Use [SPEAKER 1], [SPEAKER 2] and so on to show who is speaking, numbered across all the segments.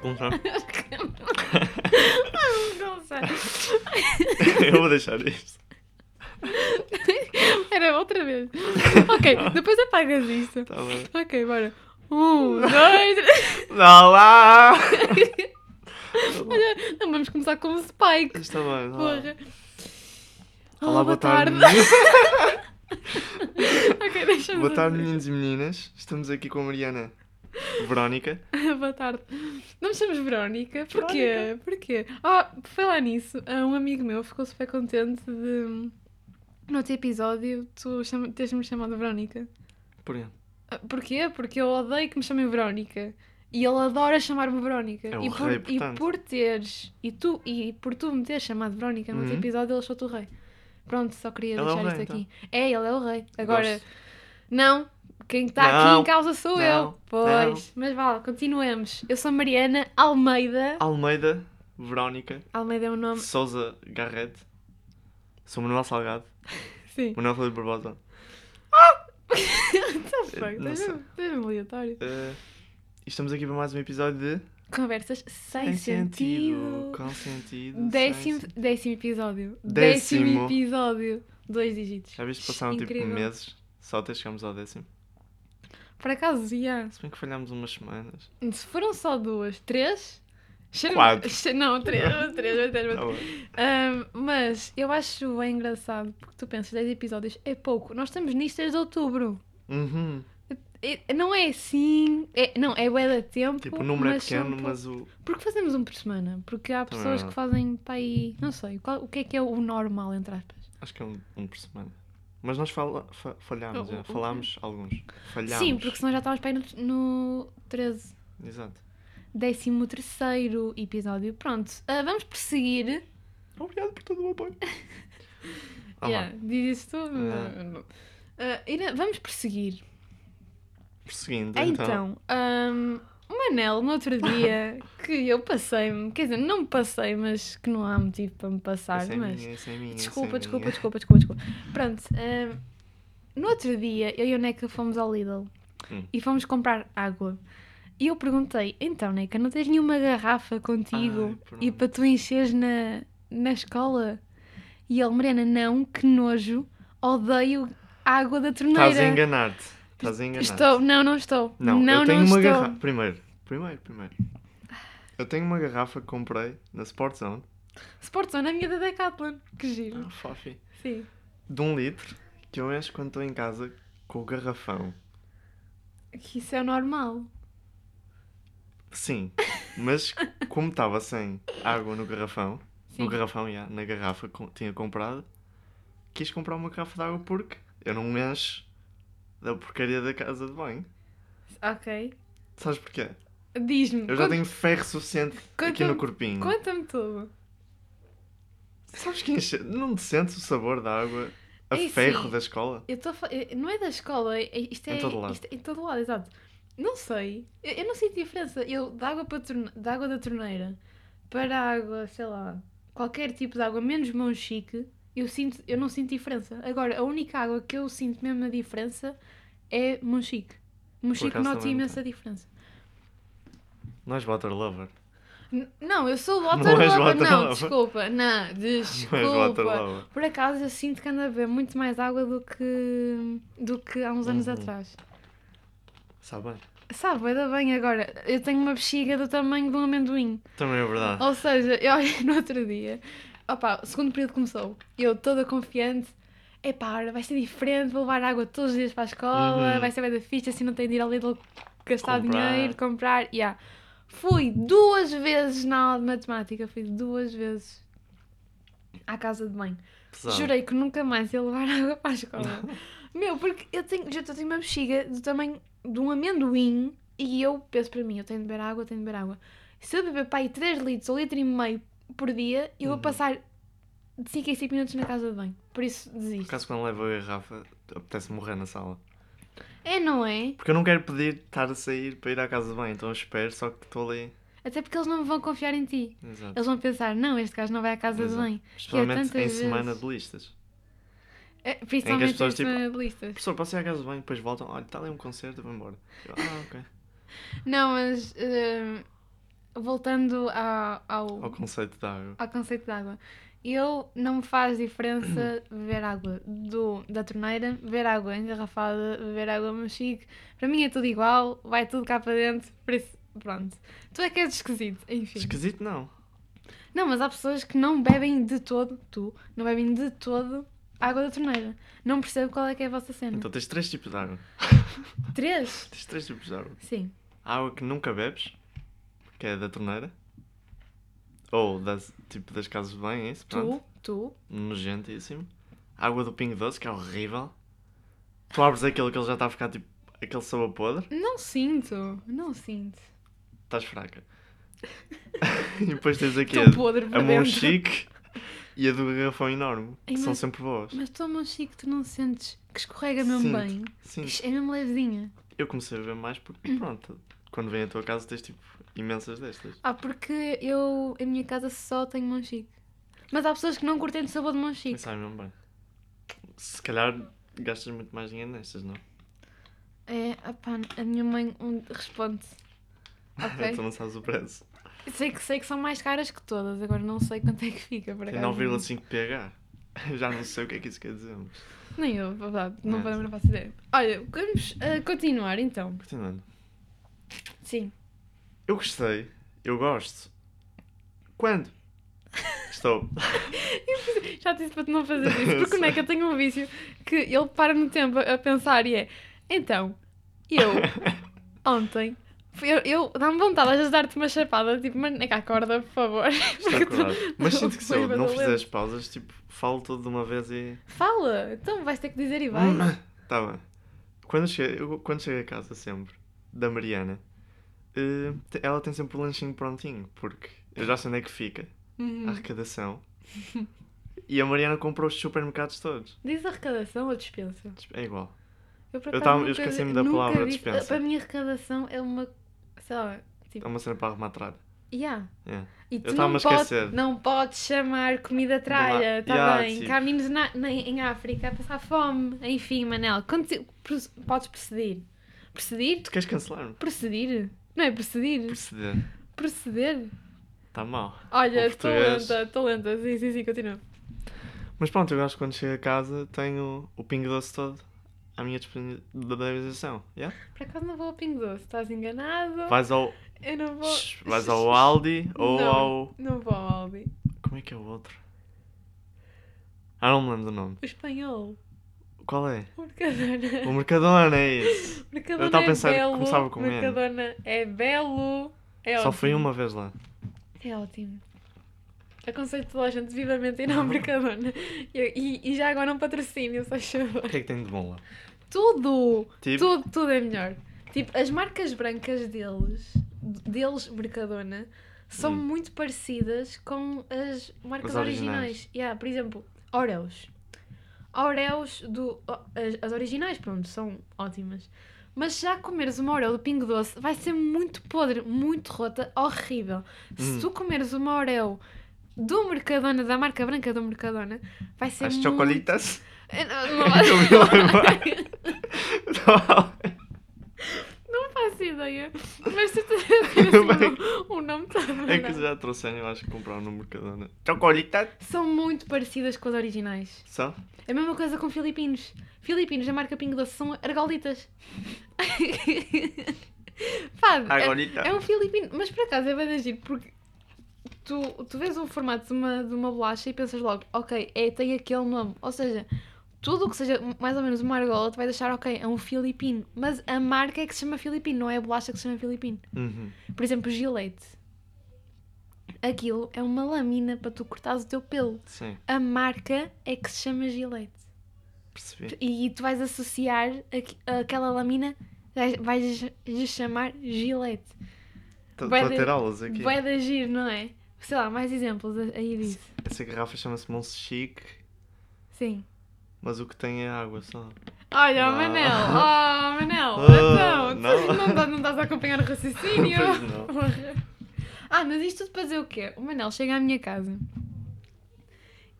[SPEAKER 1] comprar.
[SPEAKER 2] Gonçalo.
[SPEAKER 1] Eu vou deixar isto.
[SPEAKER 2] Era outra vez. Ok, depois apagas isto.
[SPEAKER 1] Tá bem.
[SPEAKER 2] Ok, bora. Um, dois, três.
[SPEAKER 1] Dá lá!
[SPEAKER 2] Olha, não vamos começar com o Spike.
[SPEAKER 1] Está bem, dá lá.
[SPEAKER 2] Porra. Oh,
[SPEAKER 1] Olá, boa tarde.
[SPEAKER 2] ok, deixa-me.
[SPEAKER 1] Boa tarde,
[SPEAKER 2] fazer.
[SPEAKER 1] meninos e meninas. Estamos aqui com a Mariana Verónica.
[SPEAKER 2] Boa tarde. Não me chamas Verónica? Porquê? Porquê? Ah, por falar nisso, ah, um amigo meu ficou super contente de. No outro episódio, tu chama- teres-me chamado Verónica.
[SPEAKER 1] Porém,
[SPEAKER 2] Ah, Porquê? Porque eu odeio que me chamem Verónica. E ele adora chamar-me Verónica.
[SPEAKER 1] É o
[SPEAKER 2] e, por,
[SPEAKER 1] rei,
[SPEAKER 2] e
[SPEAKER 1] portanto.
[SPEAKER 2] por teres. E, tu, e por tu me teres chamado Verónica no outro
[SPEAKER 1] Uhum.
[SPEAKER 2] episódio, ele achou-te o rei. Pronto, só queria
[SPEAKER 1] Ele é o
[SPEAKER 2] deixar
[SPEAKER 1] rei,
[SPEAKER 2] isto
[SPEAKER 1] então.
[SPEAKER 2] aqui. É, ele é o rei. Agora,
[SPEAKER 1] gosto.
[SPEAKER 2] não. Quem está aqui
[SPEAKER 1] Não,
[SPEAKER 2] em causa sou
[SPEAKER 1] não,
[SPEAKER 2] eu. Pois. Mas vale, continuemos. Eu sou Mariana Almeida.
[SPEAKER 1] Almeida Verónica
[SPEAKER 2] Almeida é o nome.
[SPEAKER 1] Souza Garrete. Sou Manuel Salgado.
[SPEAKER 2] Sim.
[SPEAKER 1] Manuel Felipe Barbosa.
[SPEAKER 2] Tá bem,
[SPEAKER 1] Não sei.
[SPEAKER 2] estás mesmo aleatório.
[SPEAKER 1] Eh, e estamos aqui para mais um episódio de.
[SPEAKER 2] Conversas sem, sentido. Um
[SPEAKER 1] Com sentido. sem
[SPEAKER 2] Décimo,
[SPEAKER 1] sentido.
[SPEAKER 2] décimo episódio.
[SPEAKER 1] Décimo.
[SPEAKER 2] Décimo episódio. Dois dígitos.
[SPEAKER 1] Já viste passaram tipo
[SPEAKER 2] Incrível.
[SPEAKER 1] meses só até chegarmos ao décimo.
[SPEAKER 2] Por acaso, já.
[SPEAKER 1] Se bem que falhámos umas semanas.
[SPEAKER 2] Se foram só duas, três. cheira-
[SPEAKER 1] Quatro.
[SPEAKER 2] che- Não, três, três, três, três.
[SPEAKER 1] Tá bem.
[SPEAKER 2] Ahm, mas eu acho bem engraçado porque tu pensas 10 episódios é pouco. Nós estamos nisto desde outubro.
[SPEAKER 1] Uhum.
[SPEAKER 2] É- não é assim. é- não, é bué da tempo.
[SPEAKER 1] Tipo, o número é
[SPEAKER 2] são
[SPEAKER 1] pequeno,
[SPEAKER 2] pou-
[SPEAKER 1] mas o.
[SPEAKER 2] Porque fazemos um por semana. Porque
[SPEAKER 1] Também
[SPEAKER 2] há
[SPEAKER 1] é
[SPEAKER 2] pessoas que
[SPEAKER 1] verdade.
[SPEAKER 2] fazem para aí. Não sei. qual- o que é que é o normal, entre aspas?
[SPEAKER 1] Acho que é um, um por semana. Mas nós fala, fa- falhámos,
[SPEAKER 2] Oh,
[SPEAKER 1] já.
[SPEAKER 2] oh, oh.
[SPEAKER 1] falámos alguns. Falhámos.
[SPEAKER 2] Sim, porque senão já estávamos para aí no, no 13.
[SPEAKER 1] Exato.
[SPEAKER 2] 13 terceiro episódio. Pronto, ah, vamos prosseguir.
[SPEAKER 1] Obrigado por todo o apoio. Vá lá.
[SPEAKER 2] Yeah, diz isso tudo.
[SPEAKER 1] Ah.
[SPEAKER 2] Não. Ah, e não- vamos prosseguir.
[SPEAKER 1] Prosseguindo, então.
[SPEAKER 2] Então, ahm, o Manel, no outro dia, que eu passei-me, quer dizer, não me passei, mas que não há motivo para me passar,
[SPEAKER 1] Essa é
[SPEAKER 2] mas...
[SPEAKER 1] minha, essa é minha, essa
[SPEAKER 2] Desculpa,
[SPEAKER 1] é
[SPEAKER 2] desculpa,
[SPEAKER 1] minha.
[SPEAKER 2] desculpa, desculpa, desculpa. Pronto, hum, no outro dia eu e a Neca fomos ao Lidl
[SPEAKER 1] Hum.
[SPEAKER 2] e fomos comprar água. E eu perguntei, então Neca, não tens nenhuma garrafa contigo
[SPEAKER 1] Ai,
[SPEAKER 2] e
[SPEAKER 1] pronto.
[SPEAKER 2] para tu encheres na, na escola? E ele, Mariana, não, que nojo, odeio água da
[SPEAKER 1] Estás a
[SPEAKER 2] torneira.
[SPEAKER 1] enganar-te. Estás a enganar-te.
[SPEAKER 2] Estou, não, não estou.
[SPEAKER 1] Não, eu tenho uma
[SPEAKER 2] estou.
[SPEAKER 1] garrafa. Primeiro, primeiro, primeiro. Eu tenho uma garrafa que comprei na Sport Zone.
[SPEAKER 2] Sportzone, é a minha da Decathlon, que giro.
[SPEAKER 1] Ah, fofi.
[SPEAKER 2] Sim.
[SPEAKER 1] De um litro que eu encho quando estou em casa com o garrafão.
[SPEAKER 2] Que isso é normal.
[SPEAKER 1] Sim, mas como estava sem água no garrafão,
[SPEAKER 2] Sim.
[SPEAKER 1] no garrafão, já, na garrafa que tinha comprado, quis comprar uma garrafa de água porque eu não encho da porcaria da casa de banho.
[SPEAKER 2] Ok.
[SPEAKER 1] Sabes porquê?
[SPEAKER 2] Diz-me.
[SPEAKER 1] Eu já
[SPEAKER 2] quant-
[SPEAKER 1] tenho ferro suficiente aqui
[SPEAKER 2] conta-me-
[SPEAKER 1] no corpinho.
[SPEAKER 2] Conta-me tudo.
[SPEAKER 1] Sabes que enche... não te sentes o sabor da água a
[SPEAKER 2] Ei,
[SPEAKER 1] ferro
[SPEAKER 2] sim.
[SPEAKER 1] da escola?
[SPEAKER 2] Eu estou a fa- eh, Não é da escola, é- é- isto é.
[SPEAKER 1] Em todo lado.
[SPEAKER 2] isto é em todo lado, exato. Não sei. Eu, eu não sinto diferença. Eu, da água, para torne- da água da torneira para a água, sei lá, qualquer tipo de água, menos mão chique, eu, sinto, eu não sinto diferença. Agora, a única água que eu sinto mesmo a diferença é mão chique. Mão chique
[SPEAKER 1] acaso
[SPEAKER 2] nota
[SPEAKER 1] também não
[SPEAKER 2] imensa diferença.
[SPEAKER 1] Não és water lover.
[SPEAKER 2] N- Não, eu sou
[SPEAKER 1] Não
[SPEAKER 2] water
[SPEAKER 1] és
[SPEAKER 2] lover.
[SPEAKER 1] water
[SPEAKER 2] Não,
[SPEAKER 1] lover.
[SPEAKER 2] desculpa. Não,
[SPEAKER 1] Não és water
[SPEAKER 2] desculpa.
[SPEAKER 1] lover.
[SPEAKER 2] Por acaso, eu sinto que anda a beber muito mais água do que, do que há uns anos
[SPEAKER 1] Uhum.
[SPEAKER 2] atrás.
[SPEAKER 1] Sabe?
[SPEAKER 2] Sabe, ainda bem agora. Eu tenho uma bexiga do tamanho de um amendoim.
[SPEAKER 1] Também é verdade.
[SPEAKER 2] Ou seja, eu no outro dia, opá, o segundo período começou. Eu toda confiante, epá, ora, vai ser diferente, vou levar água todos os dias para a escola,
[SPEAKER 1] Uhum.
[SPEAKER 2] vai ser bem da ficha, assim não tenho de ir ao Lidl gastar
[SPEAKER 1] Comprar.
[SPEAKER 2] dinheiro, comprar. Yeah. Fui duas vezes na aula de matemática, fui duas vezes à casa de banho.
[SPEAKER 1] Pesado.
[SPEAKER 2] Oh, Jurei que nunca mais ia levar água para a escola. Meu, porque eu tenho, gente, eu tenho uma bexiga do tamanho de um amendoim e eu penso para mim, eu tenho de beber água, eu tenho de beber água. Se eu beber para aí 3 litros ou litro e meio por dia, eu vou
[SPEAKER 1] Uhum.
[SPEAKER 2] passar de 5 em 5 minutos na casa de banho. Por isso
[SPEAKER 1] Por
[SPEAKER 2] desisto.
[SPEAKER 1] acaso quando levo a garrafa, apetece morrer na sala.
[SPEAKER 2] É, não é?
[SPEAKER 1] Porque eu não quero pedir estar a sair para ir à casa de banho, então eu espero, só que estou ali.
[SPEAKER 2] Até porque eles não vão confiar em ti.
[SPEAKER 1] Exato.
[SPEAKER 2] Eles vão pensar, não, este gajo não vai à casa de
[SPEAKER 1] Exato.
[SPEAKER 2] banho.
[SPEAKER 1] Especialmente em
[SPEAKER 2] tantas
[SPEAKER 1] semana
[SPEAKER 2] vezes-
[SPEAKER 1] de listas.
[SPEAKER 2] É, Principalmente
[SPEAKER 1] pessoas,
[SPEAKER 2] os
[SPEAKER 1] tipo,
[SPEAKER 2] jornalistas.
[SPEAKER 1] Professor, passei à casa de banho, depois voltam, olha, está ali um concerto, vou embora. Eu, ah, ok.
[SPEAKER 2] Não, mas hum, voltando a-
[SPEAKER 1] Ao conceito da água.
[SPEAKER 2] ao conceito de água. Eu não me faz diferença beber água do, da torneira, beber água engarrafada, beber água mexique. Para mim é tudo igual, vai tudo cá para dentro, por isso, pronto. Tu é que és esquisito, enfim.
[SPEAKER 1] Esquisito não.
[SPEAKER 2] Não, mas há pessoas que não bebem de todo, tu, não bebem de todo água da torneira. Não percebo qual é que é a vossa cena.
[SPEAKER 1] Então tens três tipos de água. Então.
[SPEAKER 2] Três?
[SPEAKER 1] Tens três tipos de água.
[SPEAKER 2] Sim.
[SPEAKER 1] A água que nunca bebes, que é da torneira. Ou das, tipo das casas de banho, é isso? Pronto.
[SPEAKER 2] Tu, tu,
[SPEAKER 1] Nojentíssimo. A água do Pingo Doce, que é horrível. Tu abres aquilo que ele já está a ficar tipo aquele sabor podre.
[SPEAKER 2] não sinto, não sinto.
[SPEAKER 1] Estás fraca. e depois tens aqui
[SPEAKER 2] Estou
[SPEAKER 1] a,
[SPEAKER 2] podre
[SPEAKER 1] a
[SPEAKER 2] para
[SPEAKER 1] mão
[SPEAKER 2] dentro.
[SPEAKER 1] é chique e a do garrafão enorme.
[SPEAKER 2] Ai,
[SPEAKER 1] que são
[SPEAKER 2] mas-
[SPEAKER 1] sempre boas.
[SPEAKER 2] Mas tu, meu chique, tu não sentes que escorrega mesmo
[SPEAKER 1] Sinto.
[SPEAKER 2] bem?
[SPEAKER 1] Sim,
[SPEAKER 2] Ixi, É mesmo levezinha.
[SPEAKER 1] eu comecei a ver mais
[SPEAKER 2] Hum.
[SPEAKER 1] porque, pronto, quando vem à tua casa tens tipo imensas destas.
[SPEAKER 2] Ah, porque eu, em minha casa, só tenho mão chique. Mas há pessoas que não curtem o sabor de mão
[SPEAKER 1] E
[SPEAKER 2] chique.
[SPEAKER 1] sai mesmo bem. Se calhar gastas muito mais dinheiro nestas, não?
[SPEAKER 2] É, opá, a minha mãe um, responde. Ok.
[SPEAKER 1] tu não sabes o preço.
[SPEAKER 2] sei, que, sei que são mais caras que todas, agora não sei quanto é que fica. Por
[SPEAKER 1] Tem
[SPEAKER 2] acaso.
[SPEAKER 1] 9,5 pH. Eu já não sei o que é que isso quer dizer. Mas...
[SPEAKER 2] Nem eu, verdade, não,
[SPEAKER 1] É.
[SPEAKER 2] não faço ideia. Olha, vamos ah, continuar então.
[SPEAKER 1] Continuando.
[SPEAKER 2] Sim.
[SPEAKER 1] Eu gostei. Eu gosto. Quando? Estou.
[SPEAKER 2] Já disse para tu não fazer isso, porque
[SPEAKER 1] Sei.
[SPEAKER 2] não é que eu tenho um vício que ele para no tempo a a pensar e é então, eu ontem, fui- eu, eu dá-me vontade às vezes de dar-te uma chapada, tipo, mas é que acorda, por favor.
[SPEAKER 1] Estou
[SPEAKER 2] Porque tu-
[SPEAKER 1] acordado. Mas
[SPEAKER 2] tu
[SPEAKER 1] sinto que se
[SPEAKER 2] foi
[SPEAKER 1] eu não
[SPEAKER 2] valente.
[SPEAKER 1] fizer as pausas, tipo, falo tudo de uma vez e.
[SPEAKER 2] Fala, então vais ter que dizer e vai.
[SPEAKER 1] Tá bem. Quando chego, eu- quando chego a casa, sempre, da Mariana, eh, te- ela tem sempre o lanchinho prontinho, porque eu já sei onde é que fica
[SPEAKER 2] Uhum.
[SPEAKER 1] a arrecadação. E a Mariana comprou os supermercados todos.
[SPEAKER 2] Diz arrecadação ou dispensa?
[SPEAKER 1] É igual.
[SPEAKER 2] por
[SPEAKER 1] Eu
[SPEAKER 2] acaso
[SPEAKER 1] tava- eu
[SPEAKER 2] nunca
[SPEAKER 1] esqueci-me
[SPEAKER 2] di-
[SPEAKER 1] da
[SPEAKER 2] nunca
[SPEAKER 1] palavra
[SPEAKER 2] disse-
[SPEAKER 1] dispensa.
[SPEAKER 2] Para mim, arrecadação é uma. sei lá,
[SPEAKER 1] É uma cena para arrematar.
[SPEAKER 2] yeah.
[SPEAKER 1] É.
[SPEAKER 2] E tu
[SPEAKER 1] tava-me
[SPEAKER 2] não,
[SPEAKER 1] a esquecer.
[SPEAKER 2] pode, não podes chamar comida tralha,
[SPEAKER 1] Não há-
[SPEAKER 2] está
[SPEAKER 1] Ya,
[SPEAKER 2] bem?
[SPEAKER 1] tipo.
[SPEAKER 2] Cá meninos na, na- em África a passar fome. Enfim, Manel, conti- pro- podes proceder. Proceder?
[SPEAKER 1] Tu queres cancelar-me?
[SPEAKER 2] Proceder? Não é proceder?
[SPEAKER 1] Proceder.
[SPEAKER 2] Proceder?
[SPEAKER 1] Está Tá mal.
[SPEAKER 2] Olha,
[SPEAKER 1] O
[SPEAKER 2] estou
[SPEAKER 1] português.
[SPEAKER 2] lenta, estou lenta. Sim, sim, sim, continua.
[SPEAKER 1] Mas pronto, eu gosto que quando chego a casa tenho o pingo doce todo à minha disponibilização. Yeah?
[SPEAKER 2] Por acaso não vou ao Pingo Doce, estás enganado?
[SPEAKER 1] Vais ao,
[SPEAKER 2] Eu não vou.
[SPEAKER 1] vais ao Aldi ou
[SPEAKER 2] Não.
[SPEAKER 1] ao.
[SPEAKER 2] Não vou ao Aldi.
[SPEAKER 1] Como é que é o outro? Ah, não me lembro do nome.
[SPEAKER 2] O espanhol.
[SPEAKER 1] Qual é?
[SPEAKER 2] O Mercadona.
[SPEAKER 1] O Mercadona é isso.
[SPEAKER 2] O Mercadona
[SPEAKER 1] eu tava a
[SPEAKER 2] é
[SPEAKER 1] pensar que
[SPEAKER 2] belo.
[SPEAKER 1] começava com
[SPEAKER 2] o
[SPEAKER 1] M.
[SPEAKER 2] Mercadona é belo. É
[SPEAKER 1] Só
[SPEAKER 2] ótimo.
[SPEAKER 1] fui uma vez lá.
[SPEAKER 2] É ótimo. Aconselho toda a gente vivamente a ir ao Mercadona. E, e- e já agora um patrocínio, só
[SPEAKER 1] O
[SPEAKER 2] favor.
[SPEAKER 1] que é que tem de bom lá?
[SPEAKER 2] Tudo!
[SPEAKER 1] Tipo,
[SPEAKER 2] Tudo, tudo é melhor. Tipo, as marcas brancas deles, deles Mercadona, são
[SPEAKER 1] Hum.
[SPEAKER 2] muito parecidas com as marcas
[SPEAKER 1] As originais.
[SPEAKER 2] originais. Yeah, por exemplo, Oreos. Oreos do. o- As, as originais, pronto, são ótimas. Mas já comeres uma Oreo do Pingo Doce vai ser muito podre, muito rota, horrível.
[SPEAKER 1] Hum.
[SPEAKER 2] Se tu comeres uma Oreo do Mercadona, da marca branca do Mercadona, vai ser
[SPEAKER 1] as
[SPEAKER 2] muito...
[SPEAKER 1] chocolitas.
[SPEAKER 2] Eh, Não,
[SPEAKER 1] Eu
[SPEAKER 2] não,
[SPEAKER 1] vi lá embaixo.
[SPEAKER 2] Não faço ideia. Mas tu tens assim, um, um nome todo.
[SPEAKER 1] É que já trouxeram, eu acho que compraram no Mercadona. Chocolitas?
[SPEAKER 2] São muito parecidas com as originais.
[SPEAKER 1] Só?
[SPEAKER 2] É A mesma coisa com filipinos. Filipinos da marca Pingo Doce são argolitas. Fábio,
[SPEAKER 1] Argolita.
[SPEAKER 2] é, é um filipino. Mas por acaso é bem de giro, porque tu, tu vês o formato de uma, de uma bolacha e pensas logo, ok, é, tem aquele nome. Ou seja, tudo o que seja mais ou menos uma argola, tu vais achar, ok, é um filipino. Mas a marca é que se chama filipino, não é a bolacha que se chama filipino.
[SPEAKER 1] Uhum.
[SPEAKER 2] Por exemplo, gilete. Aquilo é uma lâmina para tu cortares o teu pelo.
[SPEAKER 1] Sim,
[SPEAKER 2] A marca é que se chama gilete.
[SPEAKER 1] percebi.
[SPEAKER 2] E tu vais associar aqu- aquela lâmina, vais- vais lhe chamar gilete.
[SPEAKER 1] Estou
[SPEAKER 2] Bué
[SPEAKER 1] a
[SPEAKER 2] de-
[SPEAKER 1] ter aulas aqui.
[SPEAKER 2] Vai de agir, não é? Sei lá, mais exemplos a- aí disso.
[SPEAKER 1] Essa garrafa chama-se Monse Chique,
[SPEAKER 2] Sim.
[SPEAKER 1] mas o que tem é água só.
[SPEAKER 2] Olha,
[SPEAKER 1] Não.
[SPEAKER 2] o Manel! Oh, Manel!
[SPEAKER 1] Ah,
[SPEAKER 2] então,
[SPEAKER 1] não.
[SPEAKER 2] tu não, tá- não estás a acompanhar o raciocínio?
[SPEAKER 1] Pois não.
[SPEAKER 2] Porra. Ah, mas isto tudo para dizer o quê? O Manel chega à minha casa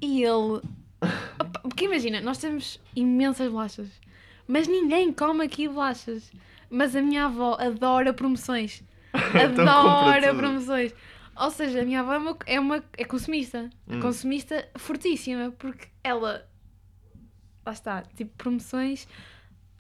[SPEAKER 2] e ele. Opa, Porque imagina, nós temos imensas bolachas, mas ninguém come aqui bolachas. Mas a minha avó adora promoções.
[SPEAKER 1] Então compra
[SPEAKER 2] Adora
[SPEAKER 1] tudo.
[SPEAKER 2] promoções. Ou seja, a minha avó é uma, é uma- é consumista.
[SPEAKER 1] Hum.
[SPEAKER 2] Consumista fortíssima, porque ela. Lá está, tipo, promoções,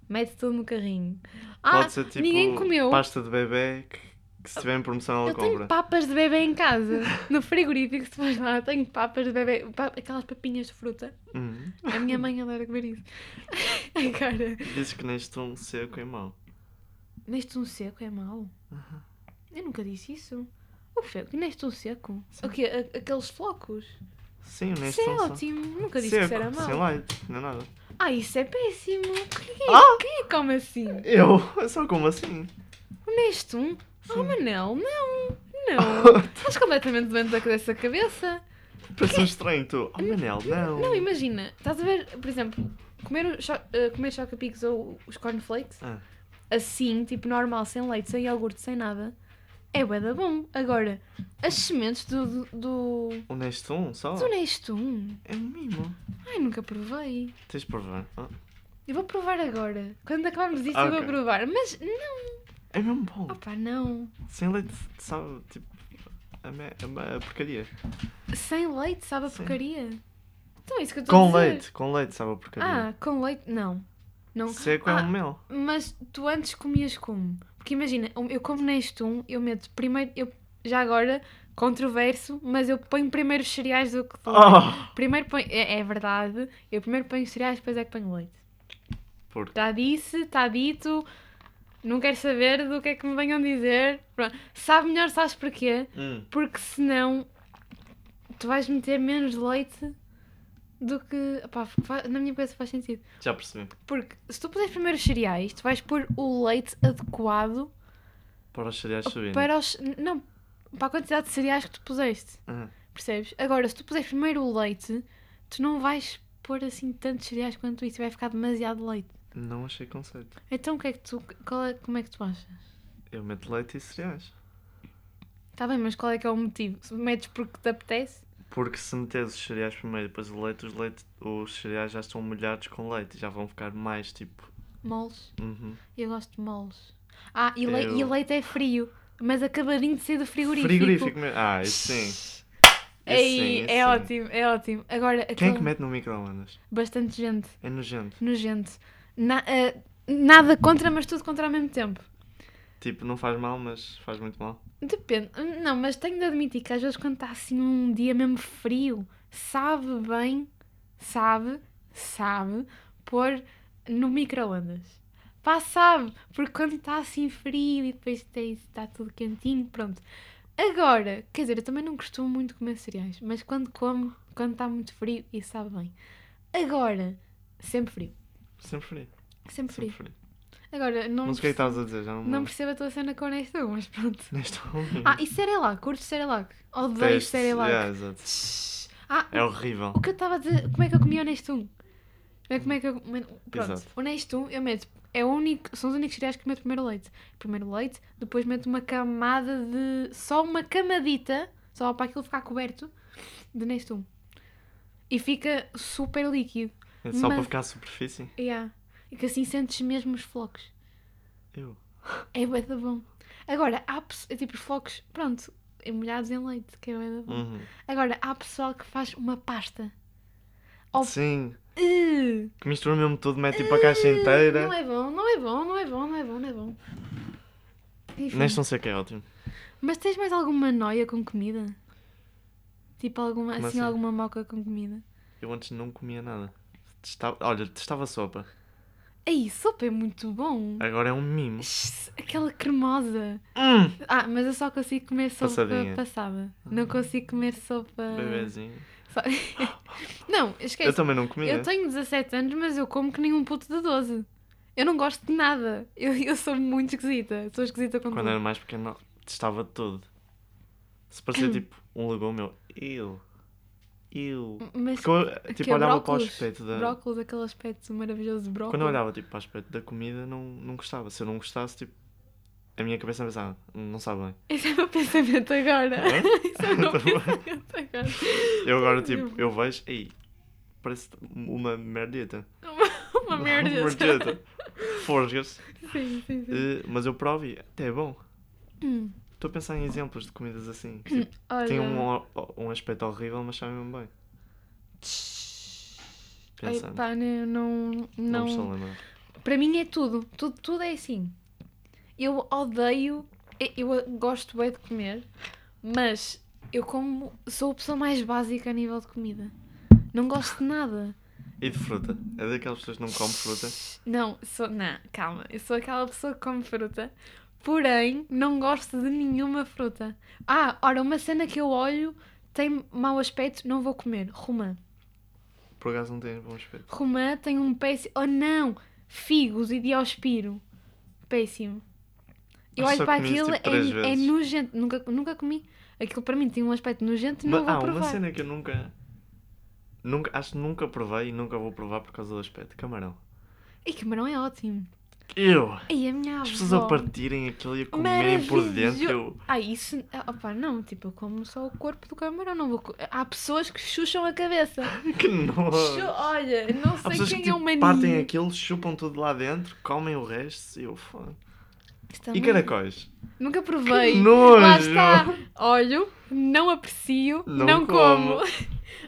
[SPEAKER 2] mete tudo no carrinho. Ah,
[SPEAKER 1] Pode ser tipo
[SPEAKER 2] ninguém comeu.
[SPEAKER 1] pasta de bebê que, que se tiver em promoção ela
[SPEAKER 2] eu
[SPEAKER 1] compra.
[SPEAKER 2] tenho papas de bebê em casa. No frigorífico, se tu vais lá, eu tenho papas de bebê. pa- Aquelas papinhas de fruta.
[SPEAKER 1] Hum.
[SPEAKER 2] A minha mãe adora comer isso. Ai, cara.
[SPEAKER 1] Dizes que neste um seco é mau.
[SPEAKER 2] Neste um seco é mau?
[SPEAKER 1] Aham.
[SPEAKER 2] Eu nunca disse isso. O que que neste um seco?
[SPEAKER 1] Sim.
[SPEAKER 2] O quê? A- Aqueles flocos?
[SPEAKER 1] Sim,
[SPEAKER 2] Isso
[SPEAKER 1] neste
[SPEAKER 2] é
[SPEAKER 1] um só.
[SPEAKER 2] ótimo. Nunca disse que
[SPEAKER 1] Seco,
[SPEAKER 2] isso era
[SPEAKER 1] sem
[SPEAKER 2] mau.
[SPEAKER 1] leite, não é nada.
[SPEAKER 2] Ah, isso é péssimo. Quem,
[SPEAKER 1] Ah!
[SPEAKER 2] quem é que come assim?
[SPEAKER 1] Eu? Só como assim?
[SPEAKER 2] Neste um? Oh,
[SPEAKER 1] Sim.
[SPEAKER 2] Manel, não. Não. Estás completamente doente da cabeça. cabeça.
[SPEAKER 1] Parece um estranho, tu. Oh, Manel, não.
[SPEAKER 2] Não, imagina. Estás a ver, por exemplo, comer, o cho eh, comer choca-pics ou os cornflakes?
[SPEAKER 1] Ah.
[SPEAKER 2] Assim, tipo normal, sem leite, sem iogurte, sem nada. É bué da bom. Agora, as sementes do... do, do...
[SPEAKER 1] O neste um só?
[SPEAKER 2] Do Neste um?
[SPEAKER 1] É um mimo.
[SPEAKER 2] Ai, nunca provei.
[SPEAKER 1] Tens de provar. Ah,
[SPEAKER 2] Eu vou provar agora. Quando acabarmos isto,
[SPEAKER 1] Ah,
[SPEAKER 2] eu vou
[SPEAKER 1] ok.
[SPEAKER 2] provar. Mas não.
[SPEAKER 1] É mesmo bom.
[SPEAKER 2] Opa, não.
[SPEAKER 1] Sem leite, sabe, tipo, a, me... a me- a porcaria.
[SPEAKER 2] Sem leite sabe a
[SPEAKER 1] Sim.
[SPEAKER 2] porcaria. Então é isso que eu estou a
[SPEAKER 1] Com
[SPEAKER 2] dizer.
[SPEAKER 1] leite, com leite sabe a porcaria.
[SPEAKER 2] Ah, com leite. Não. não.
[SPEAKER 1] Seco
[SPEAKER 2] ah,
[SPEAKER 1] é um mel.
[SPEAKER 2] Mas tu antes comias como? Porque imagina, eu- eu como neste um, eu meto primeiro. Eu, já agora, controverso, mas eu ponho primeiro os cereais do que.
[SPEAKER 1] Oh!
[SPEAKER 2] Primeiro ponho. É, é verdade. Eu primeiro ponho os cereais, depois é que ponho leite.
[SPEAKER 1] Porco.
[SPEAKER 2] Já disse, está dito. Não quero saber do que é que me venham dizer. Pronto. Sabe melhor, sabes porquê?
[SPEAKER 1] Hum.
[SPEAKER 2] Porque senão tu vais meter menos leite do que. Pá, fa- na minha cabeça faz sentido.
[SPEAKER 1] Já percebi.
[SPEAKER 2] Porque se tu puseres primeiro os cereais, tu vais pôr o leite adequado
[SPEAKER 1] Para os cereais subirem.
[SPEAKER 2] Oh, para os. Não, para a quantidade de cereais que tu puseste.
[SPEAKER 1] Ah,
[SPEAKER 2] Percebes? Agora, se tu puseres primeiro o leite, tu não vais pôr assim tantos cereais quanto isso, vai ficar demasiado leite.
[SPEAKER 1] não achei conceito.
[SPEAKER 2] Então o que é que tu. qual é- como é que tu achas?
[SPEAKER 1] Eu meto leite e cereais.
[SPEAKER 2] Está bem, mas qual é que é o motivo? Se metes porque te apetece?
[SPEAKER 1] Porque se meteres os cereais primeiro e depois o leite, os, leite, os cereais já estão molhados com leite. Já vão ficar mais tipo.
[SPEAKER 2] Moles.
[SPEAKER 1] Uhum.
[SPEAKER 2] Eu gosto de moles. Ah, e, le-
[SPEAKER 1] Eu-
[SPEAKER 2] e leite é frio. Mas acabadinho de sair do frigorífico.
[SPEAKER 1] Frigorífico mesmo. Ah, isso sim. Isso
[SPEAKER 2] Ei,
[SPEAKER 1] sim, isso
[SPEAKER 2] é
[SPEAKER 1] sim.
[SPEAKER 2] ótimo, é ótimo. Agora,
[SPEAKER 1] Quem é
[SPEAKER 2] aquele-
[SPEAKER 1] que mete no micro-ondas?
[SPEAKER 2] bastante gente,
[SPEAKER 1] É nojento.
[SPEAKER 2] nojento. Na, ah, nada contra, mas tudo contra ao mesmo tempo.
[SPEAKER 1] Tipo, não faz mal, mas faz muito mal.
[SPEAKER 2] Depende. Não, mas tenho de admitir que às vezes quando está assim um dia mesmo frio, sabe bem, sabe, sabe, pôr no micro-ondas. Pá, sabe, porque quando está assim frio e depois tem- está tudo quentinho, pronto. Agora, quer dizer, eu também não costumo muito comer cereais, mas quando como, quando está muito frio, e sabe bem. Agora, sempre frio.
[SPEAKER 1] Sempre frio.
[SPEAKER 2] Sempre
[SPEAKER 1] Sempre
[SPEAKER 2] frio.
[SPEAKER 1] frio.
[SPEAKER 2] Agora, não,
[SPEAKER 1] Não sei o que é que
[SPEAKER 2] perce-
[SPEAKER 1] estavas a dizer, já não me
[SPEAKER 2] não
[SPEAKER 1] lembro.
[SPEAKER 2] percebo a tua cena com esta, mas pronto.
[SPEAKER 1] Neste
[SPEAKER 2] Ah, e Cerelac, curto Cerelac. Odeio
[SPEAKER 1] Testes,
[SPEAKER 2] Cerelac.
[SPEAKER 1] yeah, exato.
[SPEAKER 2] Shhh. Ah,
[SPEAKER 1] É horrível.
[SPEAKER 2] o que eu estava a dizer, como é que eu comia o Nestum? É como é que eu, mas- pronto,
[SPEAKER 1] Exato.
[SPEAKER 2] o Nestum eu meto, é o único, são os únicos cereais que meto primeiro leite. Primeiro leite, depois meto uma camada de, só uma camadita, só para aquilo ficar coberto, de Nestum. E fica super líquido.
[SPEAKER 1] É só para
[SPEAKER 2] mas-
[SPEAKER 1] ficar à superfície?
[SPEAKER 2] Yeah. E que assim sentes mesmo os flocos.
[SPEAKER 1] Eu.
[SPEAKER 2] É bué da bom. Agora, há, pes- é tipo os flocos, pronto, molhados em leite, que é bué da bom.
[SPEAKER 1] Uhum.
[SPEAKER 2] Agora, há pessoal que faz uma pasta. Oh.
[SPEAKER 1] Sim.
[SPEAKER 2] Uh,
[SPEAKER 1] Que mistura mesmo tudo, mete tipo a caixa inteira.
[SPEAKER 2] Eh, Não é bom, não é bom, não é bom, não é bom, não é bom. Enfim,
[SPEAKER 1] Neste não sei que é ótimo.
[SPEAKER 2] Mas tens mais alguma noia com comida? Tipo alguma, assim,
[SPEAKER 1] Como assim?
[SPEAKER 2] alguma moca com comida?
[SPEAKER 1] Eu antes não comia nada. Testava, olha, testava sopa.
[SPEAKER 2] Ei, sopa é muito bom.
[SPEAKER 1] Agora é um mimo.
[SPEAKER 2] Sh- Aquela cremosa.
[SPEAKER 1] Hum,
[SPEAKER 2] Ah, mas eu só consigo comer sopa
[SPEAKER 1] Passadinha. Ah.
[SPEAKER 2] passada. Não consigo comer sopa.
[SPEAKER 1] bebezinho.
[SPEAKER 2] Só- não,
[SPEAKER 1] Eu
[SPEAKER 2] esquece.
[SPEAKER 1] também não comia.
[SPEAKER 2] é Eu tenho 17 anos, mas eu como que nenhum puto de 12. Eu não gosto de nada. Eu, eu sou muito esquisita. Sou esquisita com
[SPEAKER 1] Quando
[SPEAKER 2] tudo.
[SPEAKER 1] era mais pequeno, testava tudo. Se parecia tipo um legume, eu. Eu. Eu.
[SPEAKER 2] Mas
[SPEAKER 1] Porque eu,
[SPEAKER 2] Hum. que
[SPEAKER 1] tipo,
[SPEAKER 2] é
[SPEAKER 1] olhava para o
[SPEAKER 2] brócolos?
[SPEAKER 1] aspecto da.
[SPEAKER 2] brócolis, aquele aspecto maravilhoso de brócolis.
[SPEAKER 1] Quando eu olhava tipo, para o aspecto da comida, não, não gostava. Se eu não gostasse, tipo. A minha cabeça pensava, "Ah, não sabe bem.
[SPEAKER 2] Esse é o meu pensamento agora.
[SPEAKER 1] Hã?
[SPEAKER 2] Esse é o meu
[SPEAKER 1] Tá bem.
[SPEAKER 2] pensamento agora.
[SPEAKER 1] Eu agora, tipo, eu vejo, ei, parece uma merdita.
[SPEAKER 2] Uma, uma merda.
[SPEAKER 1] merdita. Forjas.
[SPEAKER 2] Sim, sim, sim.
[SPEAKER 1] Eh, mas eu provo e até é bom.
[SPEAKER 2] Hum.
[SPEAKER 1] Estou a pensar em exemplos de comidas assim. que, tipo,
[SPEAKER 2] Olha.
[SPEAKER 1] têm um, o- um aspecto horrível, mas sabem bem.
[SPEAKER 2] Ai,
[SPEAKER 1] Pensando.
[SPEAKER 2] pá, não, não,
[SPEAKER 1] não me
[SPEAKER 2] não-
[SPEAKER 1] estou a lembrar.
[SPEAKER 2] Para mim é tudo. Tudo, tudo é assim. Eu odeio. eu- Eu gosto bem de comer, mas eu como. Sou a pessoa mais básica a nível de comida. Não gosto de nada.
[SPEAKER 1] E de fruta? É daquelas pessoas que não comem fruta?
[SPEAKER 2] Não, sou. Não, calma. Eu sou aquela pessoa que come fruta. Porém, não gosto de nenhuma fruta. Ah, ora, uma cena que eu olho tem mau aspecto, não vou comer. Romã.
[SPEAKER 1] Por acaso não têm bom aspecto.
[SPEAKER 2] Romã tem um péssimo. Oh não! Figos e diospiro. Péssimo. Eu
[SPEAKER 1] Mas
[SPEAKER 2] olho
[SPEAKER 1] só
[SPEAKER 2] para
[SPEAKER 1] comi isso,
[SPEAKER 2] aquilo,
[SPEAKER 1] tipo, três
[SPEAKER 2] é, é
[SPEAKER 1] vezes.
[SPEAKER 2] nugento. Nunca, nunca comi. Aquilo para mim tem um aspecto nugento, não
[SPEAKER 1] Mas
[SPEAKER 2] vou
[SPEAKER 1] há uma
[SPEAKER 2] provar.
[SPEAKER 1] cena que eu nunca, nunca. Acho que nunca provei e nunca vou provar por causa do aspecto. Camarão.
[SPEAKER 2] E camarão é ótimo.
[SPEAKER 1] Eu!
[SPEAKER 2] E a minha
[SPEAKER 1] As
[SPEAKER 2] avó.
[SPEAKER 1] pessoas a partirem aquilo e a comerem por dentro. Eu...
[SPEAKER 2] Ah, isso. ah, Opa, não, tipo, eu como só o corpo do camarão. Não vou... co- Há pessoas que chucham a cabeça.
[SPEAKER 1] Que nojo!
[SPEAKER 2] Chu- Olha, não
[SPEAKER 1] Há
[SPEAKER 2] sei
[SPEAKER 1] pessoas
[SPEAKER 2] quem
[SPEAKER 1] que tipo,
[SPEAKER 2] é o maninho.
[SPEAKER 1] partem aquilo, chupam tudo lá dentro, comem o resto e eu foda.
[SPEAKER 2] Isso
[SPEAKER 1] E
[SPEAKER 2] também.
[SPEAKER 1] caracóis?
[SPEAKER 2] Nunca provei.
[SPEAKER 1] Que nojo!
[SPEAKER 2] Lá está. Olho, não aprecio, não,
[SPEAKER 1] Não como.
[SPEAKER 2] como. Olha-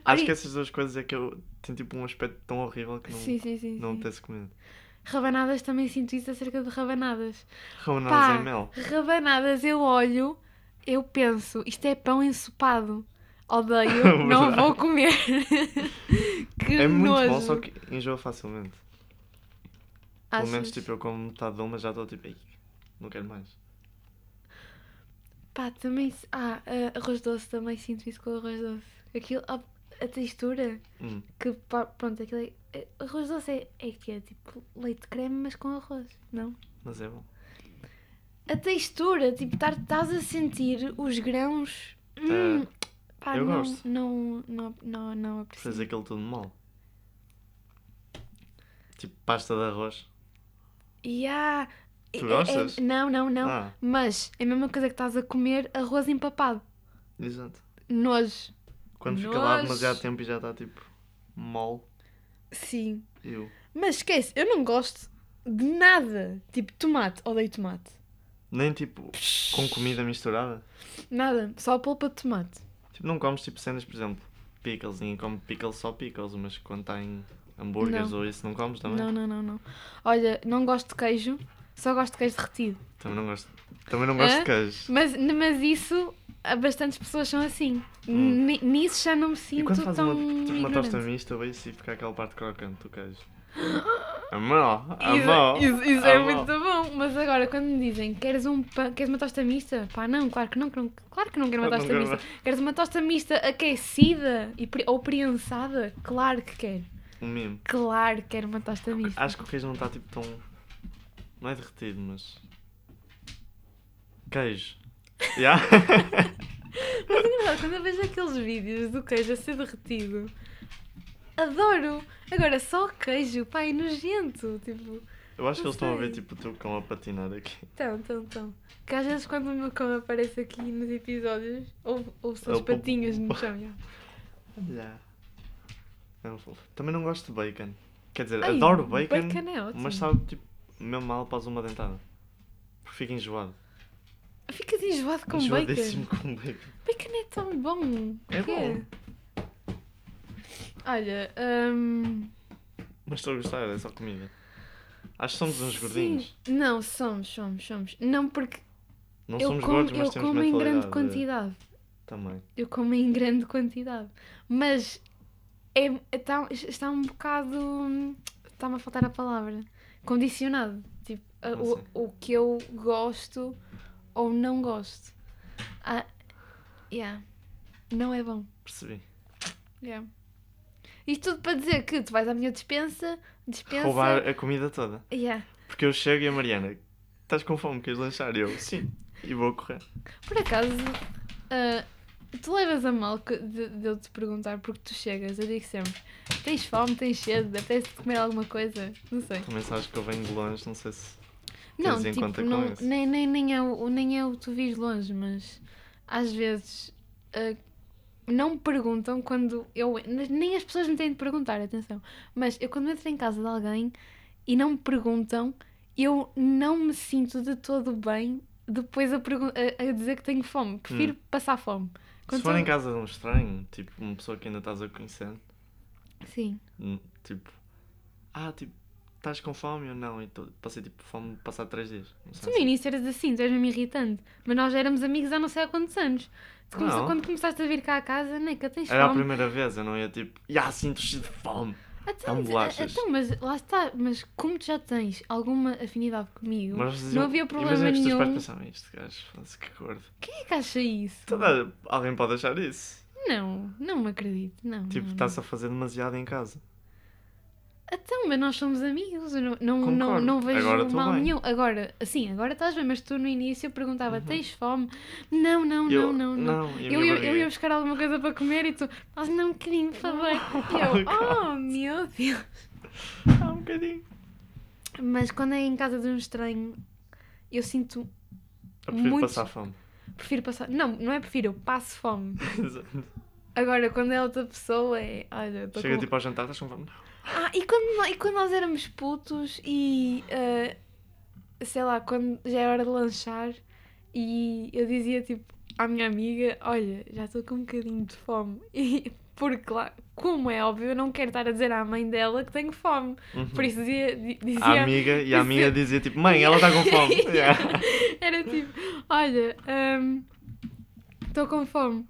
[SPEAKER 1] Acho que essas duas coisas é que eu tenho tipo um aspecto tão horrível que não,
[SPEAKER 2] Sim, sim, sim.
[SPEAKER 1] não
[SPEAKER 2] sim.
[SPEAKER 1] apetece comer.
[SPEAKER 2] Rabanadas também sinto isso acerca de rabanadas. Pá.
[SPEAKER 1] Ramonadas em mel.
[SPEAKER 2] Rabanadas eu olho, eu penso, isto é pão ensopado. Odeio, não
[SPEAKER 1] Verdade.
[SPEAKER 2] vou comer. que
[SPEAKER 1] É muito
[SPEAKER 2] nojo.
[SPEAKER 1] bom, só que enjoa facilmente. Pelo menos
[SPEAKER 2] Achas?
[SPEAKER 1] tipo eu como metade de uma já estou tipo aí. Não quero mais.
[SPEAKER 2] Pá, também. se- Ah, ah, arroz doce, também sinto isso com o arroz doce. Aquilo, ah, a textura,
[SPEAKER 1] Hum.
[SPEAKER 2] que pá, pronto, aquilo é. é- Arroz doce é, é que é tipo leite creme, mas com arroz, não?
[SPEAKER 1] Mas é bom.
[SPEAKER 2] A textura, tipo, tar- estás a sentir os grãos.
[SPEAKER 1] É,
[SPEAKER 2] Hum,
[SPEAKER 1] Ah.
[SPEAKER 2] pá,
[SPEAKER 1] eu
[SPEAKER 2] não,
[SPEAKER 1] gosto.
[SPEAKER 2] Não, não, não, não aprecio.
[SPEAKER 1] Fez aquilo tudo mal. Tipo pasta de arroz.
[SPEAKER 2] Yeah. É- é- é-
[SPEAKER 1] gostas?
[SPEAKER 2] não, não, não.
[SPEAKER 1] Ah,
[SPEAKER 2] Mas é a mesma coisa que estás a comer arroz empapado.
[SPEAKER 1] exato.
[SPEAKER 2] Nojo.
[SPEAKER 1] Quando fica lá
[SPEAKER 2] Nojo.
[SPEAKER 1] demasiado tempo e já está tipo mole,
[SPEAKER 2] Sim.
[SPEAKER 1] eu
[SPEAKER 2] Mas esquece, eu não gosto de nada. Tipo, tomate, odeio tomate.
[SPEAKER 1] nem tipo com comida misturada.
[SPEAKER 2] Nada, só polpa de tomate.
[SPEAKER 1] Tipo, não comes tipo cenas, por exemplo, pickles, ninguém come pickles só pickles, mas quando tá em hambúrgueres
[SPEAKER 2] Não.
[SPEAKER 1] ou isso não comes também?
[SPEAKER 2] Não, não, não, não. Olha, não gosto de queijo, só gosto de queijo derretido.
[SPEAKER 1] Também não gosto. Também não gosto
[SPEAKER 2] Hã?
[SPEAKER 1] de queijo.
[SPEAKER 2] Mas, mas isso, há bastantes pessoas são assim.
[SPEAKER 1] Hum.
[SPEAKER 2] Ni- Nisso já não me
[SPEAKER 1] E
[SPEAKER 2] sinto
[SPEAKER 1] quando fazes
[SPEAKER 2] tão.
[SPEAKER 1] uma, tipo, uma tosta
[SPEAKER 2] ignorante.
[SPEAKER 1] mista, eu isso e fica é aquela parte crocante do queijo. Amor, amor.
[SPEAKER 2] Isso, isso, isso é
[SPEAKER 1] amor.
[SPEAKER 2] muito bom. Mas agora, quando me dizem queres, um pão, queres uma tosta mista? Pá, não, claro que não, que não- claro que não quero uma
[SPEAKER 1] Claro
[SPEAKER 2] tosta
[SPEAKER 1] que não
[SPEAKER 2] mista.
[SPEAKER 1] quero
[SPEAKER 2] Queres uma tosta mista aquecida e, pre- ou prensada? Claro que quero.
[SPEAKER 1] Um mimo.
[SPEAKER 2] Claro que quero uma tosta mista.
[SPEAKER 1] Acho que o queijo não está tipo tão. Não é derretido, mas. Queijo. Yeah?
[SPEAKER 2] Mas é engraçado, quando eu vejo aqueles vídeos do queijo a ser derretido, adoro. Agora, só queijo, pá, é nojento. Tipo.
[SPEAKER 1] eu acho que
[SPEAKER 2] Não
[SPEAKER 1] eles estão a
[SPEAKER 2] sei.
[SPEAKER 1] ver tipo tu com a patinar aqui.
[SPEAKER 2] Então, então, então. Que às vezes quando o meu cão aparece aqui nos episódios, ouve- ouve-se
[SPEAKER 1] É
[SPEAKER 2] as
[SPEAKER 1] o pom-
[SPEAKER 2] patinhas no chão. já.
[SPEAKER 1] Yeah. É um fofo. Também não gosto de bacon. Quer dizer,
[SPEAKER 2] Ai,
[SPEAKER 1] adoro bacon,
[SPEAKER 2] Bacon é ótimo.
[SPEAKER 1] mas sabe tipo, mesmo mal após uma dentada. Porque fica enjoado.
[SPEAKER 2] Ficas enjoado com bacon.
[SPEAKER 1] Enjoadíssimo com bacon.
[SPEAKER 2] Bacon é tão bom.
[SPEAKER 1] É
[SPEAKER 2] Porquê?
[SPEAKER 1] bom.
[SPEAKER 2] Olha, hum,
[SPEAKER 1] Mas estou a gostar, é só comida. Acho que somos uns
[SPEAKER 2] sim.
[SPEAKER 1] gordinhos.
[SPEAKER 2] Não, somos, somos, somos. Não porque
[SPEAKER 1] Não
[SPEAKER 2] eu
[SPEAKER 1] somos
[SPEAKER 2] como,
[SPEAKER 1] gordos, mas
[SPEAKER 2] eu
[SPEAKER 1] temos
[SPEAKER 2] como em
[SPEAKER 1] mentalidade
[SPEAKER 2] grande
[SPEAKER 1] é.
[SPEAKER 2] quantidade.
[SPEAKER 1] Também.
[SPEAKER 2] Eu como em grande quantidade. Mas é, é tão- está um bocado. hum, Está-me a faltar a palavra. Condicionado. Tipo, a-
[SPEAKER 1] Como
[SPEAKER 2] o,
[SPEAKER 1] assim?
[SPEAKER 2] o que eu gosto ou não gosto. Ah, yeah. Não é bom.
[SPEAKER 1] Percebi.
[SPEAKER 2] Yeah. Isto tudo para dizer que tu vais à minha dispensa, dispensa.
[SPEAKER 1] Roubar a comida toda.
[SPEAKER 2] Yeah.
[SPEAKER 1] Porque eu chego e a Mariana, estás com fome, queres lanchar? E eu, sim. E vou correr.
[SPEAKER 2] Por acaso, ah, tu levas a mal que- de, de eu te perguntar porque tu chegas. Eu digo sempre: tens fome, tens sede, apetece comer alguma coisa? Não sei.
[SPEAKER 1] Também sabes que eu venho de longe, não sei se.
[SPEAKER 2] Não,
[SPEAKER 1] em
[SPEAKER 2] tipo,
[SPEAKER 1] conta com
[SPEAKER 2] não,
[SPEAKER 1] isso.
[SPEAKER 2] nem, nem, nem, é o, nem é o tu vis longe, mas às vezes ah, não me perguntam quando eu. Nem as pessoas me têm de perguntar, atenção. Mas eu quando entro em casa de alguém e não me perguntam, eu não me sinto de todo bem depois a, pergun- a- a dizer que tenho fome. Prefiro passar fome.
[SPEAKER 1] Hum. Se
[SPEAKER 2] Quando
[SPEAKER 1] for
[SPEAKER 2] sou-
[SPEAKER 1] em casa de um estranho, tipo uma pessoa que ainda estás a conhecer,
[SPEAKER 2] Sim.
[SPEAKER 1] hum, tipo, ah, tipo, estás com fome ou não? E tô- passei tipo fome de passar três dias. Não
[SPEAKER 2] Tu
[SPEAKER 1] sei
[SPEAKER 2] no início eras assim, tu és mesmo irritante. Mas nós já éramos amigos há não sei há quantos anos. Tu come-
[SPEAKER 1] Não.
[SPEAKER 2] Quando começaste a vir cá a casa, Neca, tens
[SPEAKER 1] Era a
[SPEAKER 2] fome.
[SPEAKER 1] primeira vez, eu não ia tipo, já sinto cheio de fome.
[SPEAKER 2] Então,
[SPEAKER 1] Dá-me
[SPEAKER 2] mas-
[SPEAKER 1] bolachas.
[SPEAKER 2] então, mas lá está, mas como tu já tens alguma afinidade comigo,
[SPEAKER 1] Mas
[SPEAKER 2] não
[SPEAKER 1] diziam-
[SPEAKER 2] havia problema
[SPEAKER 1] Imagina que os teus pais
[SPEAKER 2] nenhum.
[SPEAKER 1] pensavam isto, gajo, foda-se, que gordo.
[SPEAKER 2] Quem é que acha isso?
[SPEAKER 1] Toda- alguém pode achar isso.
[SPEAKER 2] Não, não me acredito, não.
[SPEAKER 1] Tipo,
[SPEAKER 2] não,
[SPEAKER 1] estás a fazer demasiado em casa.
[SPEAKER 2] não. Então, mas nós somos amigos, eu não, não, não,
[SPEAKER 1] Concordo.
[SPEAKER 2] não vejo
[SPEAKER 1] Agora estou
[SPEAKER 2] mal
[SPEAKER 1] bem.
[SPEAKER 2] nenhum. Agora, assim, agora estás bem, mas tu no início eu perguntava,
[SPEAKER 1] Uhum.
[SPEAKER 2] tens fome? Não, não,
[SPEAKER 1] Eu-
[SPEAKER 2] não, não, não.
[SPEAKER 1] e a
[SPEAKER 2] Eu,
[SPEAKER 1] minha é-
[SPEAKER 2] ia- eu
[SPEAKER 1] barriga?
[SPEAKER 2] ia buscar alguma coisa para comer e tu, mas não, um bocadinho, por favor. E eu, oh meu Deus.
[SPEAKER 1] Ah, um bocadinho.
[SPEAKER 2] Mas quando é em casa de um estranho, eu sinto,
[SPEAKER 1] Eu prefiro
[SPEAKER 2] Muito.
[SPEAKER 1] passar fome.
[SPEAKER 2] prefiro passar. Não, não é prefiro, eu passo fome.
[SPEAKER 1] Exato.
[SPEAKER 2] Agora, quando é outra pessoa, é. Olha, estou
[SPEAKER 1] Chega
[SPEAKER 2] com...
[SPEAKER 1] tipo ao jantar, estás com fome? Não.
[SPEAKER 2] Ah, e quando, nó- e quando nós éramos putos e. ah, sei lá, quando já era hora de lanchar e eu dizia tipo à minha amiga: Olha, já estou com um bocadinho de fome. E, porque lá, como é óbvio, eu não quero estar a dizer à mãe dela que tenho fome.
[SPEAKER 1] Uhum.
[SPEAKER 2] Por isso dizia. di-
[SPEAKER 1] A
[SPEAKER 2] dizia
[SPEAKER 1] amiga e a amiga dizia tipo, mãe, ela está com fome. Yeah.
[SPEAKER 2] Era tipo, olha, estou com fome.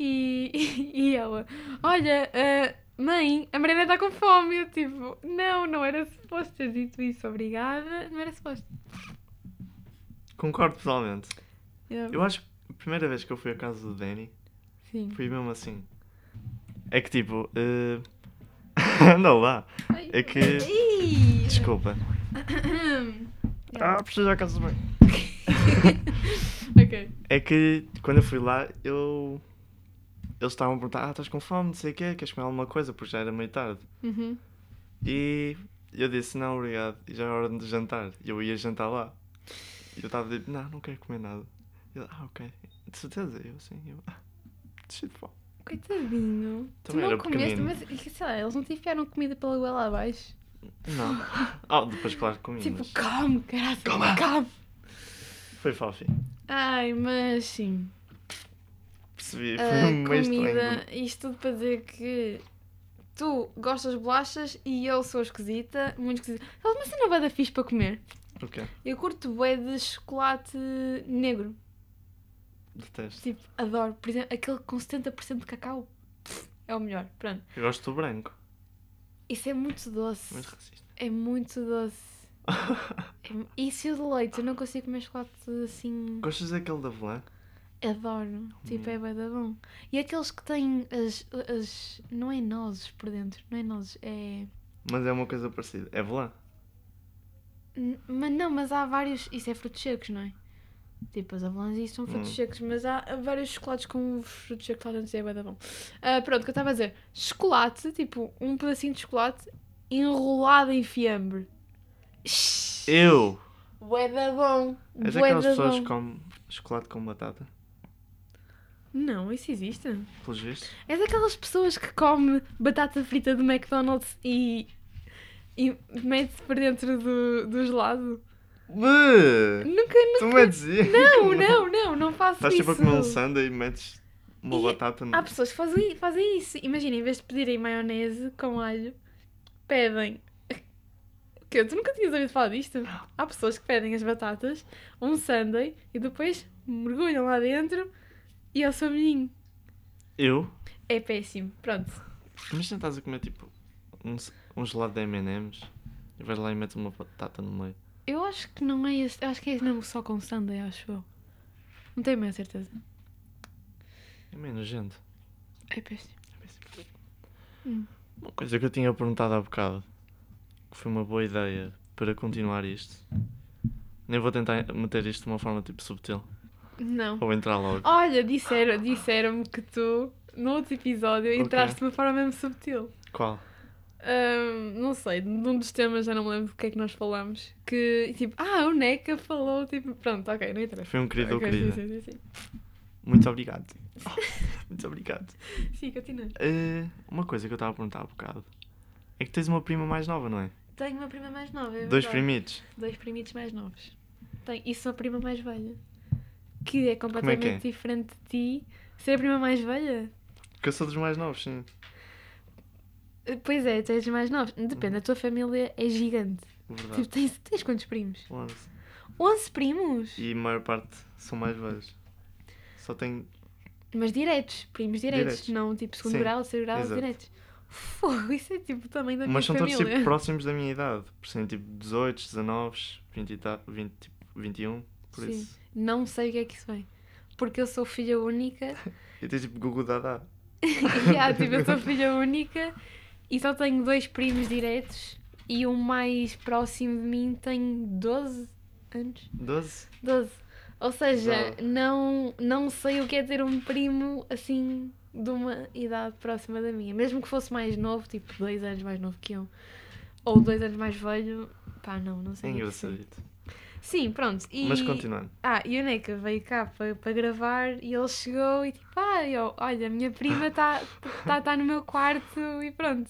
[SPEAKER 2] E, e ela, olha, ah, mãe, a Mariana está com fome. E eu tipo, não, não era suposto ter dito isso, obrigada. Não era suposto.
[SPEAKER 1] Concordo totalmente.
[SPEAKER 2] Yeah,
[SPEAKER 1] Eu acho que a primeira vez que eu fui à casa do Danny
[SPEAKER 2] Sim.
[SPEAKER 1] foi mesmo assim. É que tipo, eh, anda lá.
[SPEAKER 2] Ai,
[SPEAKER 1] é que-
[SPEAKER 2] ai.
[SPEAKER 1] Desculpa.
[SPEAKER 2] Yeah.
[SPEAKER 1] Ah, preciso ir à casa do banho.
[SPEAKER 2] ok.
[SPEAKER 1] É que quando eu fui lá, eu. Eles estavam a perguntar, ah, estás com fome, não sei o quê, queres comer alguma coisa? Porque já era meio tarde.
[SPEAKER 2] Uhum.
[SPEAKER 1] E eu disse, não, obrigado, e já é hora de jantar. E eu ia jantar lá. E eu estava tipo, não, não quero comer nada. E ele, ah, ok. De certeza, eu sim, eu. Ah, cheio de fome.
[SPEAKER 2] Coitadinho.
[SPEAKER 1] Também
[SPEAKER 2] tu
[SPEAKER 1] era
[SPEAKER 2] não comeste,
[SPEAKER 1] pequenino.
[SPEAKER 2] mas sei lá, eles não te enfiaram comida pela goela abaixo.
[SPEAKER 1] Não. Ah, depois, claro, comi,
[SPEAKER 2] Tipo,
[SPEAKER 1] mas
[SPEAKER 2] come, caralho,
[SPEAKER 1] Coma.
[SPEAKER 2] come.
[SPEAKER 1] foi fofinho.
[SPEAKER 2] Ai, mas sim.
[SPEAKER 1] Percebi, foi um
[SPEAKER 2] a
[SPEAKER 1] meio estranho.
[SPEAKER 2] Ah, comida, isto tudo para dizer que tu gostas de bolachas e eu sou esquisita, muito esquisita. Sabes uma cena bué da fixe para comer?
[SPEAKER 1] O quê?
[SPEAKER 2] Eu curto bué de chocolate negro.
[SPEAKER 1] Detesto.
[SPEAKER 2] Tipo, adoro. Por exemplo, aquele com 70% de cacau. Pff, É o melhor, pronto.
[SPEAKER 1] Eu gosto do branco.
[SPEAKER 2] Isso é muito doce.
[SPEAKER 1] Muito racista.
[SPEAKER 2] É muito doce. É... mu- Isso e o de leite. Eu não consigo comer chocolate assim.
[SPEAKER 1] Gostas daquele da Velã?
[SPEAKER 2] Adoro. Tipo,
[SPEAKER 1] Hum.
[SPEAKER 2] é bué da bom. E aqueles que têm as, as... Não é nozes por dentro. Não é nozes. É...
[SPEAKER 1] Mas é uma coisa parecida. É Velã?
[SPEAKER 2] N- Mas não, mas há vários. Isso é frutos secos, não é? Tipo, as avelãs e isso são frutos
[SPEAKER 1] Hum.
[SPEAKER 2] secos, mas há vários chocolates com frutos secos lá dentro e é bué da bom. Ah, pronto, o que eu estava a dizer. Chocolate, tipo, um pedacinho de chocolate enrolado em fiambre. Shhh,
[SPEAKER 1] Eu!
[SPEAKER 2] Bué da bom.
[SPEAKER 1] És
[SPEAKER 2] Bué
[SPEAKER 1] daquelas
[SPEAKER 2] da
[SPEAKER 1] pessoas
[SPEAKER 2] bom.
[SPEAKER 1] que comem chocolate com batata?
[SPEAKER 2] Não, isso existe.
[SPEAKER 1] Pelos vistos?
[SPEAKER 2] És É daquelas pessoas que come batata frita do McDonald's e... E mete-se para dentro do, do gelado.
[SPEAKER 1] Buh!
[SPEAKER 2] Nunca,
[SPEAKER 1] Tu
[SPEAKER 2] nunca,
[SPEAKER 1] metes isso?
[SPEAKER 2] Não, não, não, não faço
[SPEAKER 1] Estás
[SPEAKER 2] isso.
[SPEAKER 1] tipo a comer um sundae e metes uma
[SPEAKER 2] E-
[SPEAKER 1] batata no...
[SPEAKER 2] Há pessoas que fazem, fazem isso. Imagina, em vez de pedirem maionese com alho, pedem. Que tu nunca tinhas ouvido falar disto? Há pessoas que pedem as batatas, um sundae e depois mergulham lá dentro e é o seu menino.
[SPEAKER 1] Eu?
[SPEAKER 2] É péssimo. Pronto.
[SPEAKER 1] Imagina estás a comer tipo um, s- um gelado de M&M's e vais lá e metes uma batata no meio.
[SPEAKER 2] Eu acho que não é esse. Acho que é mesmo só com sundae, acho eu. Não tenho bem a certeza.
[SPEAKER 1] É meio nojento.
[SPEAKER 2] É péssimo.
[SPEAKER 1] É meio assim.
[SPEAKER 2] Hum.
[SPEAKER 1] Uma coisa que eu tinha perguntado há bocado, que foi uma boa ideia para continuar isto. Nem vou tentar meter isto de uma forma tipo subtil.
[SPEAKER 2] Não.
[SPEAKER 1] Vou entrar logo.
[SPEAKER 2] Olha, disseram- disseram-me que tu, no outro episódio,
[SPEAKER 1] quê?
[SPEAKER 2] entraste de uma forma mesmo subtil.
[SPEAKER 1] Qual?
[SPEAKER 2] Ahm, não sei, num dos temas já não me lembro do que é que nós falámos. Que tipo, ah, o NECA falou, tipo, pronto, ok, não interessa.
[SPEAKER 1] Foi um querido ou
[SPEAKER 2] Ok,
[SPEAKER 1] querida.
[SPEAKER 2] Sim, sim, sim,
[SPEAKER 1] Muito obrigado. Oh, muito obrigado.
[SPEAKER 2] sim. Sim, continua.
[SPEAKER 1] Eh, uma coisa que eu estava a perguntar há bocado é que tens uma prima mais nova, não é?
[SPEAKER 2] Tenho uma prima mais nova. é
[SPEAKER 1] Dois
[SPEAKER 2] verdade.
[SPEAKER 1] primitos.
[SPEAKER 2] Dois primitos mais novos. Tem. E sou a prima mais velha. Que é completamente
[SPEAKER 1] é?
[SPEAKER 2] diferente de ti. Ser a prima mais velha?
[SPEAKER 1] Porque eu sou dos mais novos, sim.
[SPEAKER 2] Eh, Pois é, tu és mais nova. Depende, a tua família é gigante. Tipo,
[SPEAKER 1] Verdade.
[SPEAKER 2] tens, tens quantos primos?
[SPEAKER 1] 11.
[SPEAKER 2] 11 primos?
[SPEAKER 1] E a maior parte são mais velhos. Só tenho.
[SPEAKER 2] Mas diretos, primos diretos,
[SPEAKER 1] Diretos.
[SPEAKER 2] não tipo segundo
[SPEAKER 1] Sim,
[SPEAKER 2] grau, terceiro grau,
[SPEAKER 1] exato.
[SPEAKER 2] diretos. Fogo, isso é tipo também da minha
[SPEAKER 1] Mas são todos
[SPEAKER 2] família.
[SPEAKER 1] tipo, próximos da minha idade. Por serem tipo 18, 19, 20, e ta- 20, tipo, 21. Por
[SPEAKER 2] Sim.
[SPEAKER 1] isso.
[SPEAKER 2] Não sei o que é que isso vem. Porque eu sou filha única.
[SPEAKER 1] Eu tenho tipo Gugu Dada.
[SPEAKER 2] e há, tipo, eu sou filha única e só tenho dois primos diretos e o mais próximo de mim tem 12 anos.
[SPEAKER 1] 12?
[SPEAKER 2] 12. Ou seja,
[SPEAKER 1] Exato.
[SPEAKER 2] não, não sei o que é ter um primo assim de uma idade próxima da minha. Mesmo que fosse mais novo, tipo dois anos mais novo que eu, ou dois anos mais velho, pá, não, não
[SPEAKER 1] É
[SPEAKER 2] sei. o que é que isso é.
[SPEAKER 1] engraçadito.
[SPEAKER 2] Sim, pronto. E...
[SPEAKER 1] Mas continuando.
[SPEAKER 2] Ah, e o Neca veio cá para, para gravar e ele chegou e tipo, ah, eu, olha, a minha prima está tá, tá no meu quarto e pronto.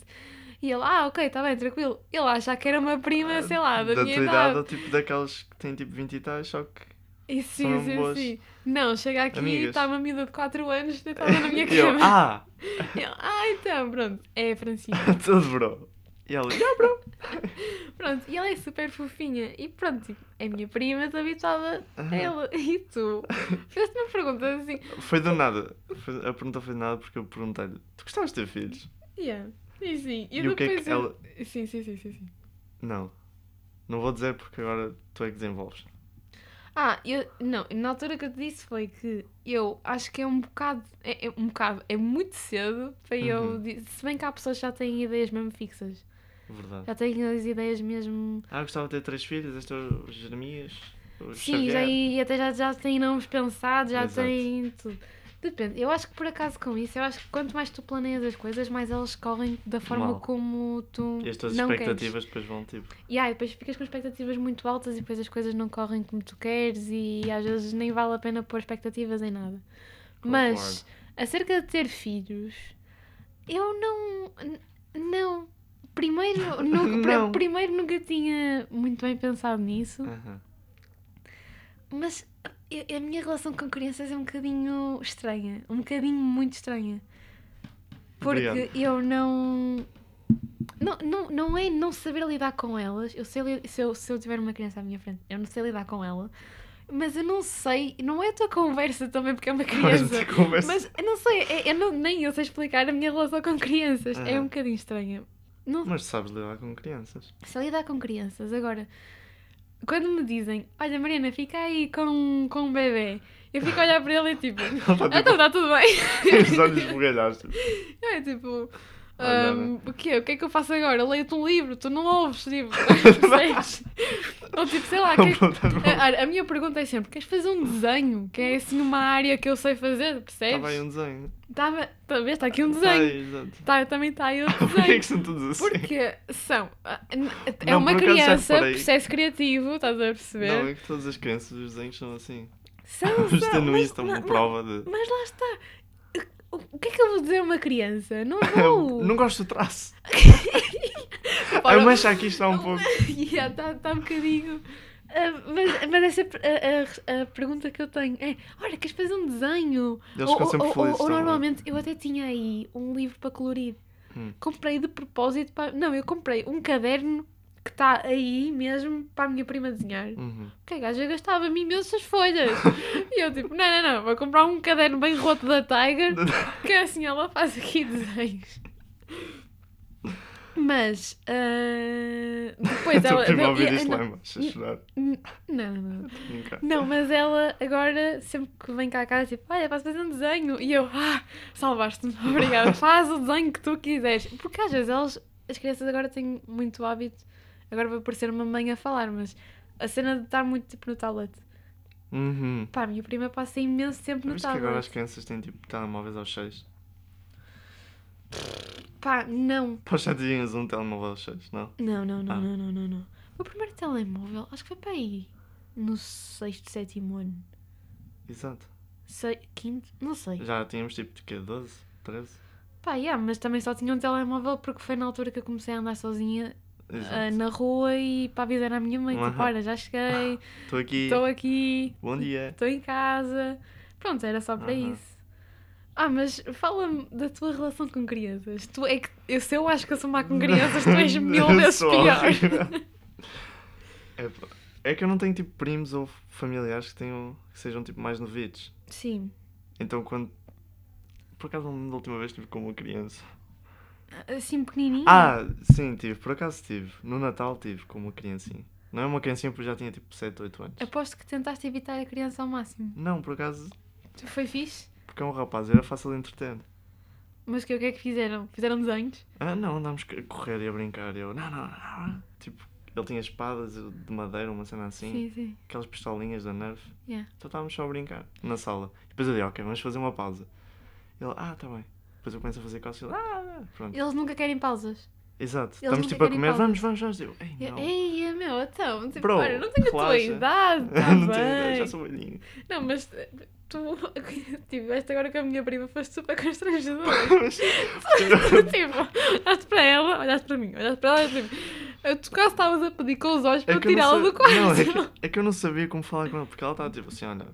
[SPEAKER 2] E ele, ah, ok, está bem, tranquilo. Ele acha que era uma prima, sei lá, Ah, da, minha
[SPEAKER 1] tua
[SPEAKER 2] idade.
[SPEAKER 1] ou tipo daquelas que têm tipo 20 e tal, só que.
[SPEAKER 2] E sim,
[SPEAKER 1] São
[SPEAKER 2] sim,
[SPEAKER 1] boas
[SPEAKER 2] sim. Não, chega aqui e
[SPEAKER 1] amigas.
[SPEAKER 2] está uma miúda de 4 anos deitada na minha
[SPEAKER 1] E eu,
[SPEAKER 2] cama.
[SPEAKER 1] ah!
[SPEAKER 2] Ele, ah, então, pronto, é a Francisca.
[SPEAKER 1] Tudo bro. E ela, "Yeah, bro.
[SPEAKER 2] Pronto, e ela é super fofinha. E pronto, tipo, a minha prima se habituava a
[SPEAKER 1] Aham.
[SPEAKER 2] É ela. E tu? Fizeste uma pergunta assim.
[SPEAKER 1] Foi do nada. Foi- a pergunta foi do nada porque eu perguntei-lhe: Tu gostavas de ter filhos?
[SPEAKER 2] Yeah. E sim, e,
[SPEAKER 1] E o que é que
[SPEAKER 2] depois eu-
[SPEAKER 1] ela-
[SPEAKER 2] Sim, sim, sim, sim, sim.
[SPEAKER 1] Não. Não vou dizer porque agora tu é que desenvolves.
[SPEAKER 2] Ah, eu, não, na altura que eu te disse foi que eu acho que é um bocado, é, é um bocado, é muito cedo para eu,
[SPEAKER 1] Uhum.
[SPEAKER 2] di- se bem que há pessoas que já têm ideias mesmo fixas,
[SPEAKER 1] Verdade.
[SPEAKER 2] já têm as ideias mesmo,
[SPEAKER 1] Ah, eu gostava de ter três filhos. Este é o Jeremias. O
[SPEAKER 2] sim, já,
[SPEAKER 1] Xavier.
[SPEAKER 2] e até já, já têm nomes pensados, já
[SPEAKER 1] Exato.
[SPEAKER 2] têm tudo. Depende, eu acho que por acaso com isso, eu acho que quanto mais tu planeias as coisas, mais elas correm da forma
[SPEAKER 1] Mal.
[SPEAKER 2] como tu
[SPEAKER 1] E as tuas
[SPEAKER 2] não queres.
[SPEAKER 1] expectativas depois vão tipo.
[SPEAKER 2] E aí, depois ficas com expectativas muito altas e depois as coisas não correm como tu queres e às vezes nem vale a pena pôr expectativas em nada. Mas acerca de ter filhos, eu não. n- Não. Primeiro, nu- pr-
[SPEAKER 1] Não.
[SPEAKER 2] primeiro nunca tinha muito bem pensado nisso,
[SPEAKER 1] Aham.
[SPEAKER 2] mas a- a minha relação com crianças é um bocadinho estranha. Um bocadinho muito estranha. Porque
[SPEAKER 1] Obrigado.
[SPEAKER 2] eu não. Não, não, não é não saber lidar com elas. Eu sei li- se eu, se eu tiver uma criança à minha frente, eu não sei lidar com ela. Mas eu não sei, não é a tua conversa também, porque é uma
[SPEAKER 1] Mas
[SPEAKER 2] criança.
[SPEAKER 1] de Tipo, conversa.
[SPEAKER 2] Mas eu não sei, é- eu não, nem eu sei explicar a minha relação com crianças. É
[SPEAKER 1] Aham.
[SPEAKER 2] um bocadinho estranha. Não
[SPEAKER 1] Mas sabes lidar com crianças.
[SPEAKER 2] sei lidar com crianças. Agora, quando me dizem, olha Mariana, fica aí com, com um bebê, eu fico a olhar para ele e tipo,
[SPEAKER 1] Ela tá,
[SPEAKER 2] então
[SPEAKER 1] tipo,
[SPEAKER 2] está tudo bem.
[SPEAKER 1] os olhos bugalhados.
[SPEAKER 2] Não, é tipo.
[SPEAKER 1] Olha,
[SPEAKER 2] hum, o quê? O que é que eu faço agora? Leio-te um livro, tu não ouves, tipo, percebes? Ou tipo, sei lá, que é que- a, a- a minha pergunta é sempre: queres fazer um desenho? Que é assim uma área que eu sei fazer,
[SPEAKER 1] Estava aí
[SPEAKER 2] percebes?
[SPEAKER 1] um desenho.
[SPEAKER 2] Tava, tá, vês, está aqui um
[SPEAKER 1] Tá
[SPEAKER 2] desenho.
[SPEAKER 1] aí, exato.
[SPEAKER 2] Tá, também está aí outro
[SPEAKER 1] Porquê é
[SPEAKER 2] desenho.
[SPEAKER 1] que são todos assim?
[SPEAKER 2] Porque são. ah, n- É
[SPEAKER 1] Não,
[SPEAKER 2] uma
[SPEAKER 1] por acaso já
[SPEAKER 2] criança,
[SPEAKER 1] reparei.
[SPEAKER 2] processo criativo, estás a perceber?
[SPEAKER 1] Não, é que todas as crianças os desenhos são assim.
[SPEAKER 2] São,
[SPEAKER 1] Os
[SPEAKER 2] são, mas,
[SPEAKER 1] tenuístas, uma
[SPEAKER 2] ma- ma-
[SPEAKER 1] prova de.
[SPEAKER 2] mas lá está. O o que é que eu vou dizer a uma criança? Não vou.
[SPEAKER 1] Não gosto do traço.
[SPEAKER 2] Ora,
[SPEAKER 1] A mancha aqui está um pouco.
[SPEAKER 2] yeah, tá, tá um bocadinho. Ah, mas, mas essa per- a, a- a pergunta que eu tenho é: olha, queres fazer um desenho?
[SPEAKER 1] Eles
[SPEAKER 2] ou,
[SPEAKER 1] ficam sempre
[SPEAKER 2] ou-
[SPEAKER 1] felizes. estão
[SPEAKER 2] ou- ou
[SPEAKER 1] a ver.
[SPEAKER 2] normalmente eu até tinha aí um livro para colorir.
[SPEAKER 1] Hum.
[SPEAKER 2] Comprei de propósito para. Não, eu comprei um caderno que está aí mesmo para a minha prima desenhar.
[SPEAKER 1] Uhum.
[SPEAKER 2] Que a gaja gastava-me imensas folhas. e eu tipo, não, não, não, vou comprar um caderno bem roto da Tiger, que assim ela faz aqui desenhos. Mas, ah, depois
[SPEAKER 1] Estou
[SPEAKER 2] ela...
[SPEAKER 1] a primeira
[SPEAKER 2] não,
[SPEAKER 1] ouvir
[SPEAKER 2] e-
[SPEAKER 1] isto lá
[SPEAKER 2] não,
[SPEAKER 1] em baixo, a chorar.
[SPEAKER 2] não, não, não.
[SPEAKER 1] Nunca.
[SPEAKER 2] Não, mas ela agora, sempre que vem cá a casa, tipo, olha, posso fazer um desenho? E eu, ah, salvaste-me, obrigada, faz o desenho que tu quiseres. Porque às vezes elas, as crianças agora têm muito hábito, agora vai parecer uma mãe a falar, mas a cena de estar muito tipo no tablet.
[SPEAKER 1] Uhum.
[SPEAKER 2] Pá, a minha prima passa imenso tempo
[SPEAKER 1] Por
[SPEAKER 2] no
[SPEAKER 1] isso que agora
[SPEAKER 2] tablet.
[SPEAKER 1] as crianças têm tipo telemóveis aos 6.
[SPEAKER 2] Pá, não.
[SPEAKER 1] Pois já tinhas um telemóvel aos 6, não?
[SPEAKER 2] Não, não, não,
[SPEAKER 1] Ah.
[SPEAKER 2] não, não, não, não. O meu primeiro telemóvel, acho que foi para aí no sexto, sétimo ano.
[SPEAKER 1] Exato.
[SPEAKER 2] Sei, quinto? Não sei.
[SPEAKER 1] Já tínhamos tipo de quê? 12? 13?
[SPEAKER 2] Pá, yeah, mas também só tinha um telemóvel porque foi na altura que eu comecei a andar sozinha ah, na rua e para avisar à minha mãe, tipo,
[SPEAKER 1] Aham. Ah,
[SPEAKER 2] olha, já cheguei,
[SPEAKER 1] Estou aqui.
[SPEAKER 2] estou aqui,
[SPEAKER 1] Bom dia.
[SPEAKER 2] estou em casa. Pronto, era só para
[SPEAKER 1] Aham.
[SPEAKER 2] isso. Ah, mas fala-me da tua relação com crianças. Tu é que, eu, se eu acho que eu sou má com crianças, tu és mil
[SPEAKER 1] Eu
[SPEAKER 2] vezes
[SPEAKER 1] sou
[SPEAKER 2] pior.
[SPEAKER 1] horrível. É, pá, é que eu não tenho tipo primos ou familiares que, tenham, que sejam tipo mais novitos.
[SPEAKER 2] Sim.
[SPEAKER 1] Então quando. Por acaso não me lembro da última vez que tive com uma criança.
[SPEAKER 2] Assim pequenininho.
[SPEAKER 1] Ah, sim, tive. Por acaso tive. No Natal tive com uma criancinha. Não é uma criancinha porque já tinha tipo 7, 8 anos.
[SPEAKER 2] Aposto que tentaste evitar a criança ao máximo.
[SPEAKER 1] Não, por acaso,
[SPEAKER 2] Tu foi fixe?
[SPEAKER 1] porque é um rapaz, era fácil de entreter.
[SPEAKER 2] Mas que, o que é que fizeram? Fizeram desenhos?
[SPEAKER 1] Ah, não, andámos a correr e a brincar. Eu, não, não, não. Tipo, ele tinha espadas de madeira, uma cena assim.
[SPEAKER 2] Sim, sim.
[SPEAKER 1] Aquelas pistolinhas da Nerf.
[SPEAKER 2] Yeah.
[SPEAKER 1] Então estávamos só a brincar na sala. Depois eu dei, ok, vamos fazer uma pausa. Ele, ah, tá bem. Depois eu começo a fazer costas e ele, ah, pronto.
[SPEAKER 2] Eles nunca querem pausas.
[SPEAKER 1] Exato.
[SPEAKER 2] eles
[SPEAKER 1] Estamos
[SPEAKER 2] nunca
[SPEAKER 1] tipo a
[SPEAKER 2] querem
[SPEAKER 1] comer,
[SPEAKER 2] pausas.
[SPEAKER 1] vamos, vamos, vamos. Eu, ei, não.
[SPEAKER 2] Ei, meu, então, tipo,
[SPEAKER 1] Bro,
[SPEAKER 2] olha, não tenho a tua
[SPEAKER 1] relaxa.
[SPEAKER 2] idade, tá
[SPEAKER 1] Não tenho ideia,
[SPEAKER 2] bem.
[SPEAKER 1] já sou um velhinho.
[SPEAKER 2] Não, mas eh, tu tiveste agora com a minha prima, foste super constrangedor.
[SPEAKER 1] Mas- é
[SPEAKER 2] tipo, olhaste para ela, olhaste para mim, olhaste para ela, olhaste para mim. Eu- Tu quase estavas a pedir com os olhos para eu
[SPEAKER 1] eu
[SPEAKER 2] tirá-la
[SPEAKER 1] não
[SPEAKER 2] do
[SPEAKER 1] sa-
[SPEAKER 2] quarto.
[SPEAKER 1] Não, é que, é que eu não sabia como falar com ela, porque ela estava tipo assim, olha.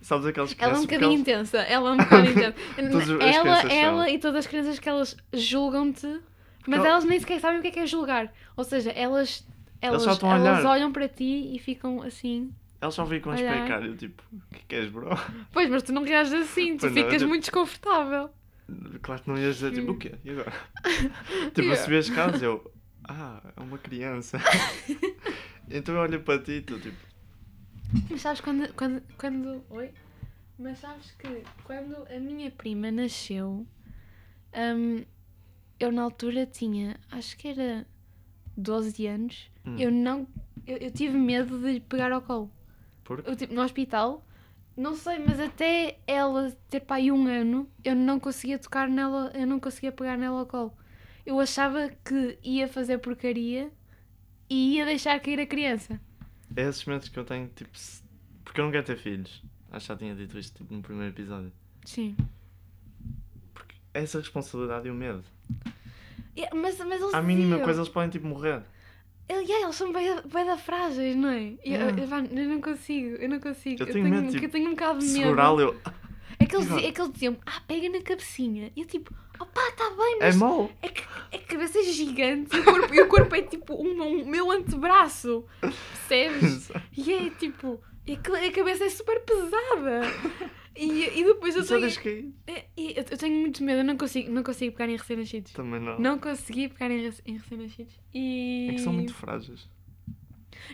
[SPEAKER 1] Sabes aqueles
[SPEAKER 2] Ela é
[SPEAKER 1] crianças-
[SPEAKER 2] um
[SPEAKER 1] porque
[SPEAKER 2] bocadinho intensa, ela é um bocadinho
[SPEAKER 1] Todas
[SPEAKER 2] intensa.
[SPEAKER 1] as
[SPEAKER 2] ela,
[SPEAKER 1] crianças são.
[SPEAKER 2] ela e todas as crianças que elas julgam-te, mas
[SPEAKER 1] ela-
[SPEAKER 2] elas nem sequer sabem o que é que é julgar. Ou seja, elas, elas,
[SPEAKER 1] só estão a
[SPEAKER 2] elas
[SPEAKER 1] olhar.
[SPEAKER 2] olham para ti e ficam assim.
[SPEAKER 1] Ela só veio com um
[SPEAKER 2] Olhar.
[SPEAKER 1] espelho cara, eu tipo, o que queres, bro?
[SPEAKER 2] Pois, mas tu não reages assim, tu
[SPEAKER 1] Pois não,
[SPEAKER 2] ficas
[SPEAKER 1] eu-
[SPEAKER 2] muito desconfortável.
[SPEAKER 1] Claro que não ias dizer, tipo, o quê? E agora? tipo,
[SPEAKER 2] Yeah.
[SPEAKER 1] eu subi as casas e eu, ah, é uma criança. então eu olho para ti e tu, tipo,
[SPEAKER 2] Mas sabes quando, quando, quando. Oi? Mas sabes que quando a minha prima nasceu, hum, eu na altura tinha, acho que era 12 anos,
[SPEAKER 1] Hum.
[SPEAKER 2] eu não. Eu, eu tive medo de lhe pegar ao colo.
[SPEAKER 1] porco.
[SPEAKER 2] Eu, tipo, no hospital, não sei, mas até ela ter pai um ano, eu não conseguia tocar nela, eu não conseguia pegar nela ao colo. Eu achava que ia fazer porcaria e ia deixar cair a criança.
[SPEAKER 1] É esses momentos que eu tenho, tipo, se- porque eu não quero ter filhos. Acho que já tinha dito isto tipo, no primeiro episódio.
[SPEAKER 2] Sim.
[SPEAKER 1] Porque essa responsabilidade e o medo.
[SPEAKER 2] É, mas, mas eles
[SPEAKER 1] À mínima
[SPEAKER 2] diziam.
[SPEAKER 1] coisa eles podem, tipo, morrer.
[SPEAKER 2] Ele- yeah, eles são bem, bem da frágeis, não é? Eu,
[SPEAKER 1] Yeah.
[SPEAKER 2] eu- vá, eu não consigo, eu não consigo.
[SPEAKER 1] Eu tenho medo, tipo,
[SPEAKER 2] que eu tenho um bocado de medo.
[SPEAKER 1] Segurá-lo, eu,
[SPEAKER 2] É que eles,
[SPEAKER 1] Igual.
[SPEAKER 2] é que eles diziam ah, pega na cabecinha. E eu tipo, opá, tá bem,
[SPEAKER 1] é
[SPEAKER 2] mas
[SPEAKER 1] mau.
[SPEAKER 2] é que a cabeça é gigante e o corpo, e o corpo é tipo o meu antebraço. Percebes? E é tipo, é que a cabeça é super pesada. E, e depois eu
[SPEAKER 1] Só
[SPEAKER 2] tenho,
[SPEAKER 1] deixa cair.
[SPEAKER 2] é- e eu eu tenho muito medo, eu não consigo, não consigo pegar em recém-nascidos.
[SPEAKER 1] Também não.
[SPEAKER 2] Não consegui pegar em, rec- em recém-nascidos. E...
[SPEAKER 1] É que são muito frágeis.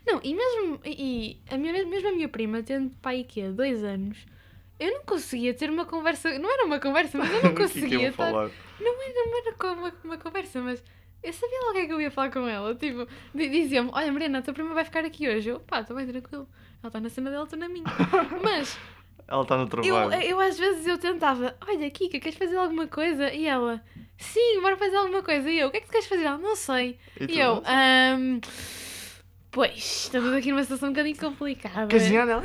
[SPEAKER 2] Não, e mesmo, e e a minha, mesmo a minha prima, tendo pai que há dois anos, eu não conseguia ter uma conversa, não era uma conversa, mas eu não
[SPEAKER 1] O que é que eu
[SPEAKER 2] conseguia tá?
[SPEAKER 1] vou
[SPEAKER 2] estar,
[SPEAKER 1] falar?
[SPEAKER 2] não era, não era co- uma, uma conversa, mas eu sabia logo o que é que eu ia falar com ela, tipo, di- dizia-me, olha Mariana, a tua prima vai ficar aqui hoje, eu, pá, estou bem tranquilo, ela está na cena dela, estou na minha, mas
[SPEAKER 1] Ela está no
[SPEAKER 2] eu, é,
[SPEAKER 1] trabalho.
[SPEAKER 2] eu às vezes eu tentava, olha Kika, queres fazer alguma coisa? E ela, sim, bora fazer alguma coisa, e eu, o que é que tu queres fazer? Ela, não sei.
[SPEAKER 1] E tu,
[SPEAKER 2] E eu,
[SPEAKER 1] "Nossa,
[SPEAKER 2] ahm, pois, estamos aqui numa situação um bocadinho complicada. Ah,
[SPEAKER 1] Cozinhar, ela.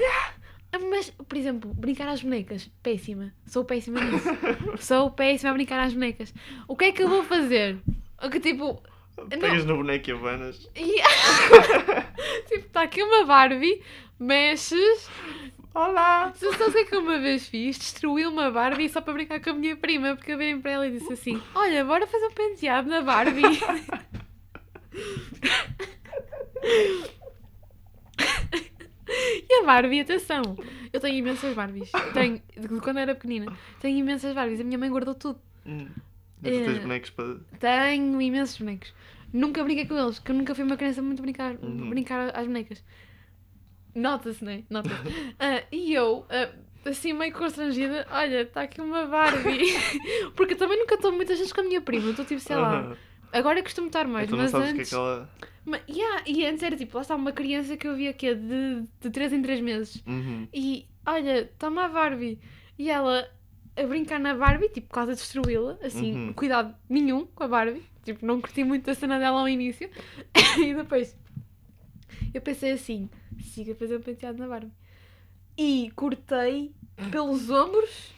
[SPEAKER 2] Mas, por exemplo, brincar às bonecas, péssima. Sou péssima nisso. Sou péssima a brincar às bonecas. O que é que eu vou fazer? O que tipo.
[SPEAKER 1] Pegas no boneco e abanas.
[SPEAKER 2] e- tipo, está aqui uma Barbie, mexes.
[SPEAKER 1] Olá!
[SPEAKER 2] Tu sabes o que é que eu uma vez fiz? Destruí uma Barbie só para brincar com a minha prima, porque eu virei para ela e disse assim: Olha, bora fazer um penteado na Barbie. E a Barbie, atenção, eu tenho imensas Barbies. Tenho, de quando era pequenina, tenho imensas Barbies. A minha mãe guardou tudo.
[SPEAKER 1] Hum. E tu tens
[SPEAKER 2] Eh,
[SPEAKER 1] bonecos para.
[SPEAKER 2] Tenho imensos bonecos. Nunca brinquei com eles, porque eu nunca fui uma criança muito brincar,
[SPEAKER 1] Uhum.
[SPEAKER 2] brincar às bonecas. Nota-se, não é? Nota-se. Ah, e eu, ah, assim meio constrangida, olha, está aqui uma Barbie. porque eu também nunca estou muitas vezes com a minha prima, estou tipo, sei lá.
[SPEAKER 1] Aham.
[SPEAKER 2] Agora costumo estar mais,
[SPEAKER 1] Uhum. Então não
[SPEAKER 2] mas
[SPEAKER 1] sabes o que é
[SPEAKER 2] antes.
[SPEAKER 1] que ela.
[SPEAKER 2] Ma- yeah, e antes era tipo, lá está uma criança que eu via que é de, de 3 em 3 meses.
[SPEAKER 1] Uhum.
[SPEAKER 2] E olha, toma a Barbie. E ela a brincar na Barbie, tipo, quase a destruí-la, assim,
[SPEAKER 1] Uhum.
[SPEAKER 2] cuidado nenhum com a Barbie. Tipo, não curti muito da cena dela ao início. e depois eu pensei assim: siga a fazer um penteado na Barbie. E cortei pelos ombros,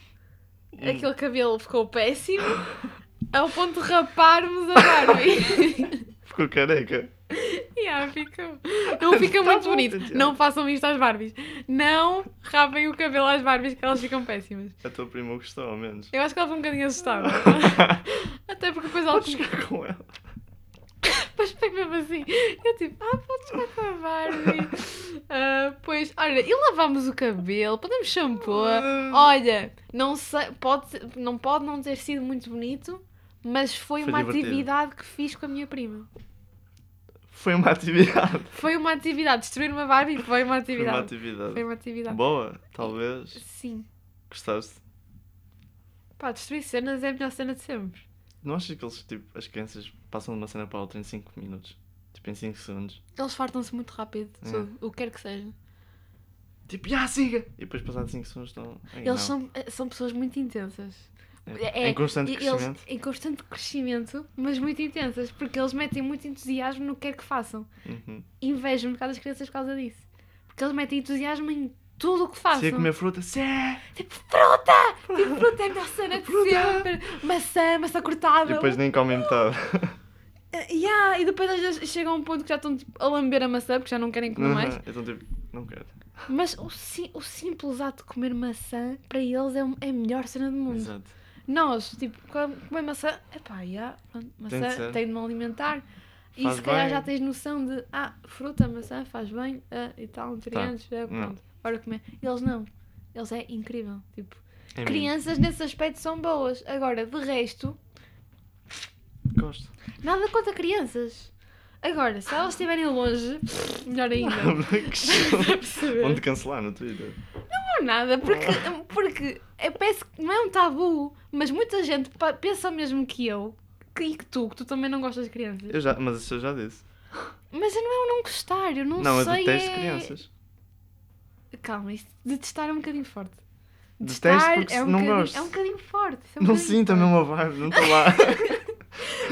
[SPEAKER 1] Uhum. Hum.
[SPEAKER 2] aquele cabelo ficou péssimo, ao ponto de raparmos a Barbie.
[SPEAKER 1] Ficou careca.
[SPEAKER 2] Yeah, ficou. Não fica
[SPEAKER 1] Tá
[SPEAKER 2] muito
[SPEAKER 1] bom,
[SPEAKER 2] bonito.
[SPEAKER 1] Tatiana.
[SPEAKER 2] Não façam isto às Barbies. Não rapem o cabelo às Barbies que elas ficam péssimas.
[SPEAKER 1] A tua prima gostou, ao menos.
[SPEAKER 2] Eu acho que ela foi um bocadinho assustada. Até porque depois ela
[SPEAKER 1] Podes jogar com ela.
[SPEAKER 2] Depois foi mesmo assim. Eu tipo, ah, podes jogar com a Barbie. Ah, pois, olha, e lavámos o cabelo, podemos shampoo.
[SPEAKER 1] Uhum.
[SPEAKER 2] Olha, não sei, pode, ser- não pode não ter sido muito bonito, mas foi,
[SPEAKER 1] Foi
[SPEAKER 2] uma
[SPEAKER 1] divertido.
[SPEAKER 2] atividade que fiz com a minha prima.
[SPEAKER 1] Foi uma atividade.
[SPEAKER 2] Foi uma atividade. Destruir uma Barbie
[SPEAKER 1] Foi
[SPEAKER 2] foi uma
[SPEAKER 1] uma
[SPEAKER 2] atividade.
[SPEAKER 1] atividade.
[SPEAKER 2] Foi uma atividade.
[SPEAKER 1] Boa, talvez.
[SPEAKER 2] Sim.
[SPEAKER 1] Gostaste?
[SPEAKER 2] Pá, destruir cenas é a melhor cena de sempre.
[SPEAKER 1] Não achas que eles, tipo, as crianças passam de uma cena para outra em 5 minutos? Tipo, em 5 segundos.
[SPEAKER 2] Eles fartam-se muito rápido,
[SPEAKER 1] É.
[SPEAKER 2] tudo, o que quer que seja.
[SPEAKER 1] Tipo, já siga! E depois, passados 5 segundos, estão. "Ei, não."
[SPEAKER 2] Eles são, eh, são pessoas muito intensas.
[SPEAKER 1] É, em constante
[SPEAKER 2] e eles-
[SPEAKER 1] crescimento.
[SPEAKER 2] em constante crescimento, mas muito intensas, porque eles metem muito entusiasmo no que quer que façam.
[SPEAKER 1] Uhum.
[SPEAKER 2] Invejo um bocado as crianças por causa disso. Porque eles metem entusiasmo em tudo o que
[SPEAKER 1] Se
[SPEAKER 2] façam.
[SPEAKER 1] ia comer fruta, se é!
[SPEAKER 2] Tipo, fruta! Tipo, fruta é a melhor cena de sempre! Maçã, maçã cortada.
[SPEAKER 1] E depois nem comem metade.
[SPEAKER 2] Eh, yeah, e depois às vezes chega a um ponto que já estão tipo, a lamber a maçã porque já não é? querem comer mais.
[SPEAKER 1] Uhum. Então, tipo, não quero.
[SPEAKER 2] Mas o, sim- o simples ato de comer maçã para eles é, um- é a melhor cena do mundo.
[SPEAKER 1] Exato.
[SPEAKER 2] Nós, tipo, com- comer maçã, epá, já, pronto,
[SPEAKER 1] Tem de
[SPEAKER 2] maçã
[SPEAKER 1] ser.
[SPEAKER 2] tem de me alimentar. E
[SPEAKER 1] Faz
[SPEAKER 2] se calhar
[SPEAKER 1] bem.
[SPEAKER 2] já tens noção de, ah, fruta, maçã faz bem ah, e tal, nutrientes,
[SPEAKER 1] Tá.
[SPEAKER 2] ah, pronto, bora comer. Eles não, eles é incrível. Tipo,
[SPEAKER 1] É mesmo.
[SPEAKER 2] crianças nesse aspecto são boas. Agora, de resto,
[SPEAKER 1] Gosto.
[SPEAKER 2] nada contra crianças. Agora, se elas estiverem longe, melhor ainda.
[SPEAKER 1] Que
[SPEAKER 2] Estás
[SPEAKER 1] show.
[SPEAKER 2] a perceber?
[SPEAKER 1] Onde cancelar no Twitter?
[SPEAKER 2] Não, nada, porque, porque eu penso que não é um tabu, mas muita gente pa- pensa o mesmo que eu que, e que tu, que tu também não gostas de crianças.
[SPEAKER 1] Eu já, mas isso eu já disse.
[SPEAKER 2] Mas eu não é um não gostar, eu não,
[SPEAKER 1] Não, eu
[SPEAKER 2] sei.
[SPEAKER 1] detesto
[SPEAKER 2] é-
[SPEAKER 1] crianças.
[SPEAKER 2] Calma, isso detestar é um bocadinho forte.
[SPEAKER 1] Detesto
[SPEAKER 2] Detestar
[SPEAKER 1] porque
[SPEAKER 2] é um
[SPEAKER 1] não
[SPEAKER 2] bocadinho-
[SPEAKER 1] gosto.
[SPEAKER 2] É um bocadinho forte. isso é um
[SPEAKER 1] Não
[SPEAKER 2] bocadinho
[SPEAKER 1] sinto a
[SPEAKER 2] forte.
[SPEAKER 1] mesma vibe, não estou lá.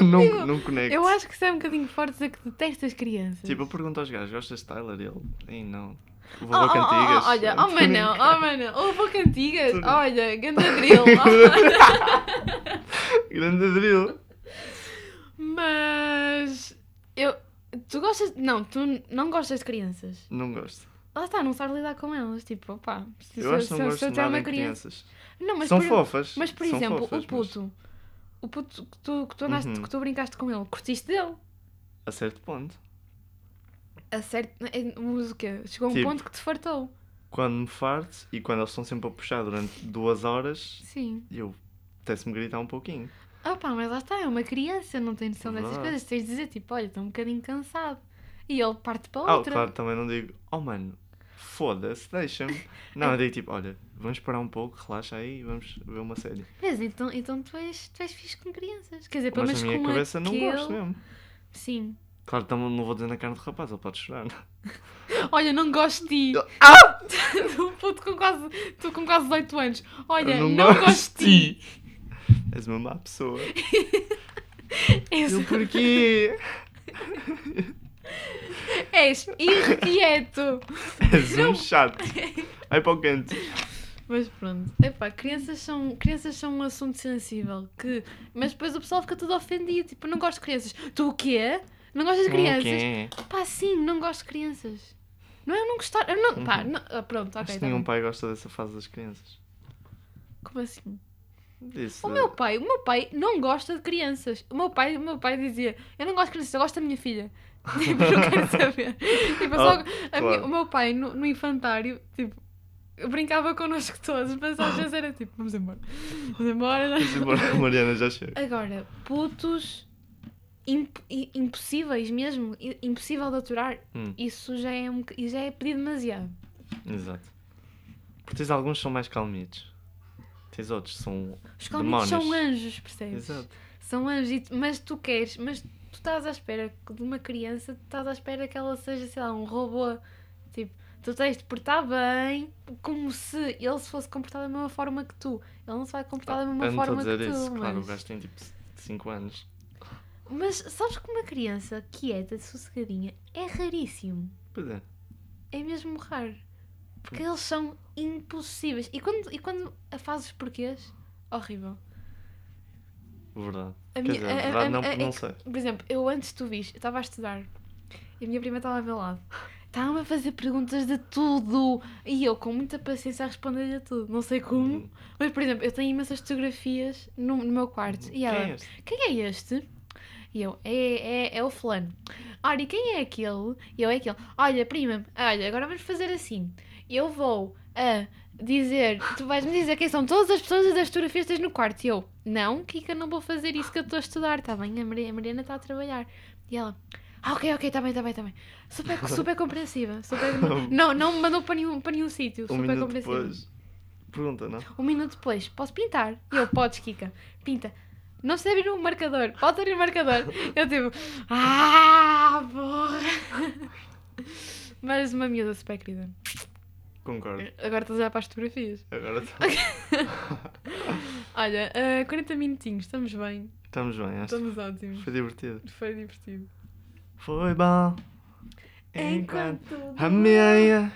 [SPEAKER 1] não, não conecto.
[SPEAKER 2] Eu acho que isso é um bocadinho forte dizer que detestas crianças.
[SPEAKER 1] Tipo, eu pergunto aos gajos, gostas de Tyler? E ele, ei, não. Vou
[SPEAKER 2] Oh, oh,
[SPEAKER 1] a
[SPEAKER 2] oh,
[SPEAKER 1] cantigas. é um
[SPEAKER 2] oh, olha, oh
[SPEAKER 1] Por
[SPEAKER 2] mano,
[SPEAKER 1] enquanto.
[SPEAKER 2] oh mano, ouve a cantigas,
[SPEAKER 1] Tudo.
[SPEAKER 2] olha, ganda drill, oh,
[SPEAKER 1] Grande drill.
[SPEAKER 2] Mas eu. Tu gostas. Não, tu não gostas de crianças.
[SPEAKER 1] Não gosto.
[SPEAKER 2] Lá está, não sabes lidar com elas. Tipo, opá, se,
[SPEAKER 1] Eu acho que não gosto de
[SPEAKER 2] tu é
[SPEAKER 1] nada em crianças.
[SPEAKER 2] Não, mas
[SPEAKER 1] São
[SPEAKER 2] por,
[SPEAKER 1] fofas.
[SPEAKER 2] Mas por
[SPEAKER 1] são
[SPEAKER 2] exemplo,
[SPEAKER 1] fofas,
[SPEAKER 2] o
[SPEAKER 1] mas-
[SPEAKER 2] puto. O puto que tu, que, tu andaste,
[SPEAKER 1] Uhum.
[SPEAKER 2] que tu brincaste com ele, curtiste dele.
[SPEAKER 1] A certo ponto.
[SPEAKER 2] A certo. é, Mas o quê? Chegou a um
[SPEAKER 1] Tipo.
[SPEAKER 2] ponto que te fartou.
[SPEAKER 1] Quando me farto e quando eles estão sempre a puxar durante duas horas,
[SPEAKER 2] Sim.
[SPEAKER 1] eu até-se-me gritar um pouquinho.
[SPEAKER 2] Opá, mas lá está, é uma criança, não tem noção dessas
[SPEAKER 1] Verdade.
[SPEAKER 2] coisas. Tens de dizer, tipo, olha, estou um bocadinho cansado. E ele parte para
[SPEAKER 1] Ah,
[SPEAKER 2] outra.
[SPEAKER 1] claro, também não digo, oh mano, foda-se, deixa-me. Não, eu digo tipo, olha, vamos parar um pouco, relaxa aí e vamos ver uma série.
[SPEAKER 2] Vês, então, então tu, és, tu és fixe com crianças. Quer dizer, pelo
[SPEAKER 1] Mas
[SPEAKER 2] menos
[SPEAKER 1] na
[SPEAKER 2] com
[SPEAKER 1] minha cabeça não
[SPEAKER 2] aquele...
[SPEAKER 1] gosto mesmo.
[SPEAKER 2] Sim.
[SPEAKER 1] Claro, também não vou dizer na cara do rapaz, ele pode chorar.
[SPEAKER 2] Olha, não gosto de ti.
[SPEAKER 1] Ah!
[SPEAKER 2] um puto com quase, tu com quase 18 anos. Olha,
[SPEAKER 1] Eu
[SPEAKER 2] não, gosto de ti.
[SPEAKER 1] És uma má pessoa.
[SPEAKER 2] És,
[SPEAKER 1] Eu porquê?
[SPEAKER 2] és irrequieto.
[SPEAKER 1] És um chato. Vai para o canto.
[SPEAKER 2] Mas pronto. Epá, crianças são, crianças são um assunto sensível. Que... Mas depois o pessoal fica todo ofendido. Tipo, eu não gosto de crianças. Tu o quê? Não gostas de
[SPEAKER 1] é
[SPEAKER 2] crianças?
[SPEAKER 1] Ok.
[SPEAKER 2] Pá, sim, não gosto de crianças. Não é eu não gostar. Eu não... Pá, não... Ah, pronto, ok.
[SPEAKER 1] Uhum. Acho que
[SPEAKER 2] tá
[SPEAKER 1] nenhum
[SPEAKER 2] bem.
[SPEAKER 1] pai gosta dessa fase das crianças.
[SPEAKER 2] Como assim?
[SPEAKER 1] Isso.
[SPEAKER 2] O meu pai, o meu pai não gosta de crianças. O meu pai, o meu pai dizia, eu não gosto de crianças, eu gosto da minha filha. Tipo, não quero saber. Tipo, eu só-
[SPEAKER 1] Oh,
[SPEAKER 2] a
[SPEAKER 1] claro.
[SPEAKER 2] minha- o meu pai no, no infantário, tipo, brincava connosco todos, mas às vezes era tipo, vamos embora. Vamos embora.
[SPEAKER 1] Vamos embora, Mariana, já chega.
[SPEAKER 2] Agora, putos imp- i- impossíveis mesmo, i- impossível de aturar,
[SPEAKER 1] Hum.
[SPEAKER 2] isso já é, um, boc- e já é pedir demasiado.
[SPEAKER 1] Exato. Porque tens alguns que são mais calmitos. Tens outros que são.
[SPEAKER 2] Os calmitos são
[SPEAKER 1] Demónios.
[SPEAKER 2] anjos, percebes?
[SPEAKER 1] Exato.
[SPEAKER 2] São anjos, e tu- mas tu queres, mas tu estás à espera que- de uma criança, tu estás à espera que ela seja, sei lá, um robô. Tipo, tu tens de portar bem, como se ele se fosse comportar da mesma forma que tu. Ele não se vai comportar da mesma
[SPEAKER 1] Eu não estou a
[SPEAKER 2] forma que
[SPEAKER 1] dizer
[SPEAKER 2] tu.
[SPEAKER 1] isso,
[SPEAKER 2] mas...
[SPEAKER 1] claro, o gajo tem tipo 5 anos.
[SPEAKER 2] mas sabes que uma criança quieta, sossegadinha, é raríssimo.
[SPEAKER 1] Pois é.
[SPEAKER 2] É mesmo raro.
[SPEAKER 1] Hum.
[SPEAKER 2] Porque eles são impossívees. E quando, e quando fazes porquês, horrível.
[SPEAKER 1] Verdade.
[SPEAKER 2] A
[SPEAKER 1] Quer
[SPEAKER 2] minha-
[SPEAKER 1] dizer,
[SPEAKER 2] a- a-
[SPEAKER 1] verdade
[SPEAKER 2] a-
[SPEAKER 1] não,
[SPEAKER 2] a-
[SPEAKER 1] não
[SPEAKER 2] é que-
[SPEAKER 1] sei.
[SPEAKER 2] Por exemplo, eu antes tu viste, eu estava a estudar E a minha prima estava ao meu lado. Estava-me a fazer perguntas de tudo. E eu, com muita paciência, a responder-lhe a tudo. Não sei como. Mas, por exemplo, eu tenho imensas fotografias no, no meu quarto. E
[SPEAKER 1] Quem
[SPEAKER 2] ela,
[SPEAKER 1] é este?
[SPEAKER 2] quem é este? E eu, é, é, é o fulano. Olha, e quem é aquele? E eu, é aquele. Olha, prima, olha, agora vamos fazer assim. Eu vou a dizer, tu vais-me dizer quem são todas as pessoas das fotografias que tens no quarto. E eu, não, Kika, não vou fazer isso que eu estou a estudar, está bem? A Mari- a Mariana está a trabalhar. E ela, ah, ok, ok, está bem, está bem, está bem. Super, super compreensiva. Super, não, não me mandou para nenhum, para nenhum sítio.
[SPEAKER 1] Um
[SPEAKER 2] Super
[SPEAKER 1] minuto
[SPEAKER 2] compreensiva.
[SPEAKER 1] depois. Pergunta, não?
[SPEAKER 2] Um minuto depois, posso pintar? E eu, podes, Kika. Pinta. Não sei abrir um marcador. Pode abrir um marcador. Eu tipo, ah, porra. Mas uma miúda super querida.
[SPEAKER 1] Concordo.
[SPEAKER 2] Agora estás a olhar para as fotografias.
[SPEAKER 1] Agora tá-
[SPEAKER 2] Olha, ah, 40 minutinhos, estamos bem.
[SPEAKER 1] estamos bem, acho.
[SPEAKER 2] Estamos ótimos.
[SPEAKER 1] Foi divertido.
[SPEAKER 2] Foi divertido.
[SPEAKER 1] Foi bom.
[SPEAKER 2] tudo-
[SPEAKER 1] A meia.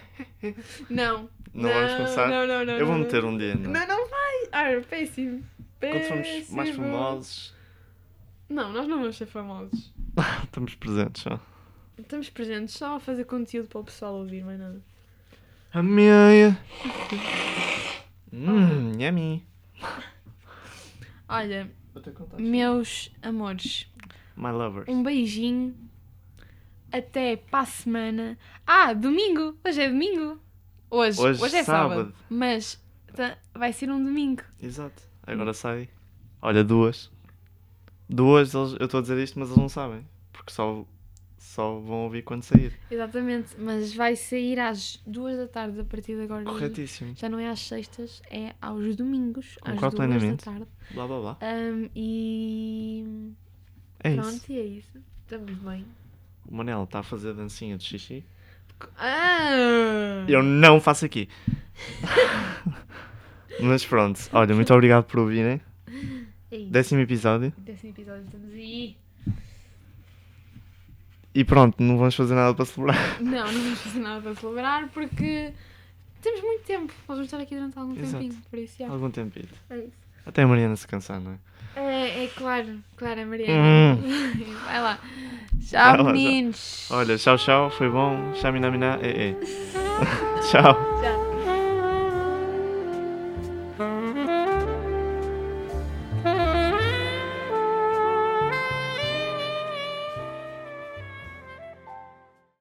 [SPEAKER 2] Não.
[SPEAKER 1] Não vamos começar?
[SPEAKER 2] Não, não, não.
[SPEAKER 1] Eu vou
[SPEAKER 2] não,
[SPEAKER 1] meter
[SPEAKER 2] não.
[SPEAKER 1] um dia, não.
[SPEAKER 2] Não, é assim, não vai. Ah, péssimo.
[SPEAKER 1] Quando formos mais
[SPEAKER 2] Péssimo.
[SPEAKER 1] famosos,
[SPEAKER 2] Não, nós não vamos ser famosos.
[SPEAKER 1] estamos presentes só.
[SPEAKER 2] Estamos presentes só a fazer conteúdo para o pessoal ouvir, mais nada.
[SPEAKER 1] A meia. Hum, yummy.
[SPEAKER 2] Olha,
[SPEAKER 1] Vou ter contato.
[SPEAKER 2] meus amores,
[SPEAKER 1] My lovers.
[SPEAKER 2] um beijinho. Até para a semana. Ah, domingo! Hoje é domingo! Hoje,
[SPEAKER 1] Hoje
[SPEAKER 2] hoje, é sábado.
[SPEAKER 1] sábado.
[SPEAKER 2] Mas tá- vai ser um domingo.
[SPEAKER 1] Exato. Agora sai. Olha, duas. Duas, eles- eu estou a dizer isto, mas eles não sabem. Porque só, só vão ouvir quando sair.
[SPEAKER 2] Exatamente, mas vai sair às duas da tarde a partir de agora.
[SPEAKER 1] Corretíssimo.
[SPEAKER 2] Já não é às sextas, é aos domingos, às duas
[SPEAKER 1] Concordo plenamente.
[SPEAKER 2] da tarde.
[SPEAKER 1] Blá blá blá.
[SPEAKER 2] Ahm, e
[SPEAKER 1] É
[SPEAKER 2] pronto,
[SPEAKER 1] isso.
[SPEAKER 2] e é isso. Estamos bem.
[SPEAKER 1] O Manel está a fazer a dancinha de xixi.
[SPEAKER 2] Ah!
[SPEAKER 1] Eu não faço aqui. mas pronto. Olha, muito obrigado por ouvirem.
[SPEAKER 2] É isso.
[SPEAKER 1] Décimo episódio.
[SPEAKER 2] Décimo episódio, estamos aí.
[SPEAKER 1] E pronto, não vamos fazer nada para celebrar.
[SPEAKER 2] Não, não vamos fazer nada para celebrar porque temos muito tempo. Nós vamos estar aqui durante algum
[SPEAKER 1] Exato.
[SPEAKER 2] tempinho, por isso, já.
[SPEAKER 1] Algum tempito.
[SPEAKER 2] É isso.
[SPEAKER 1] Até a Mariana se cansar, não é?
[SPEAKER 2] É, é claro, claro, a Mariana.
[SPEAKER 1] Hum. Vai
[SPEAKER 2] Vai lá.
[SPEAKER 1] lá, já.
[SPEAKER 2] Tchau, meninos.
[SPEAKER 1] Olha, eh, tchau, tchau. Foi bom. Tchau, mina, mina. É, é. tchau.
[SPEAKER 2] Tchau.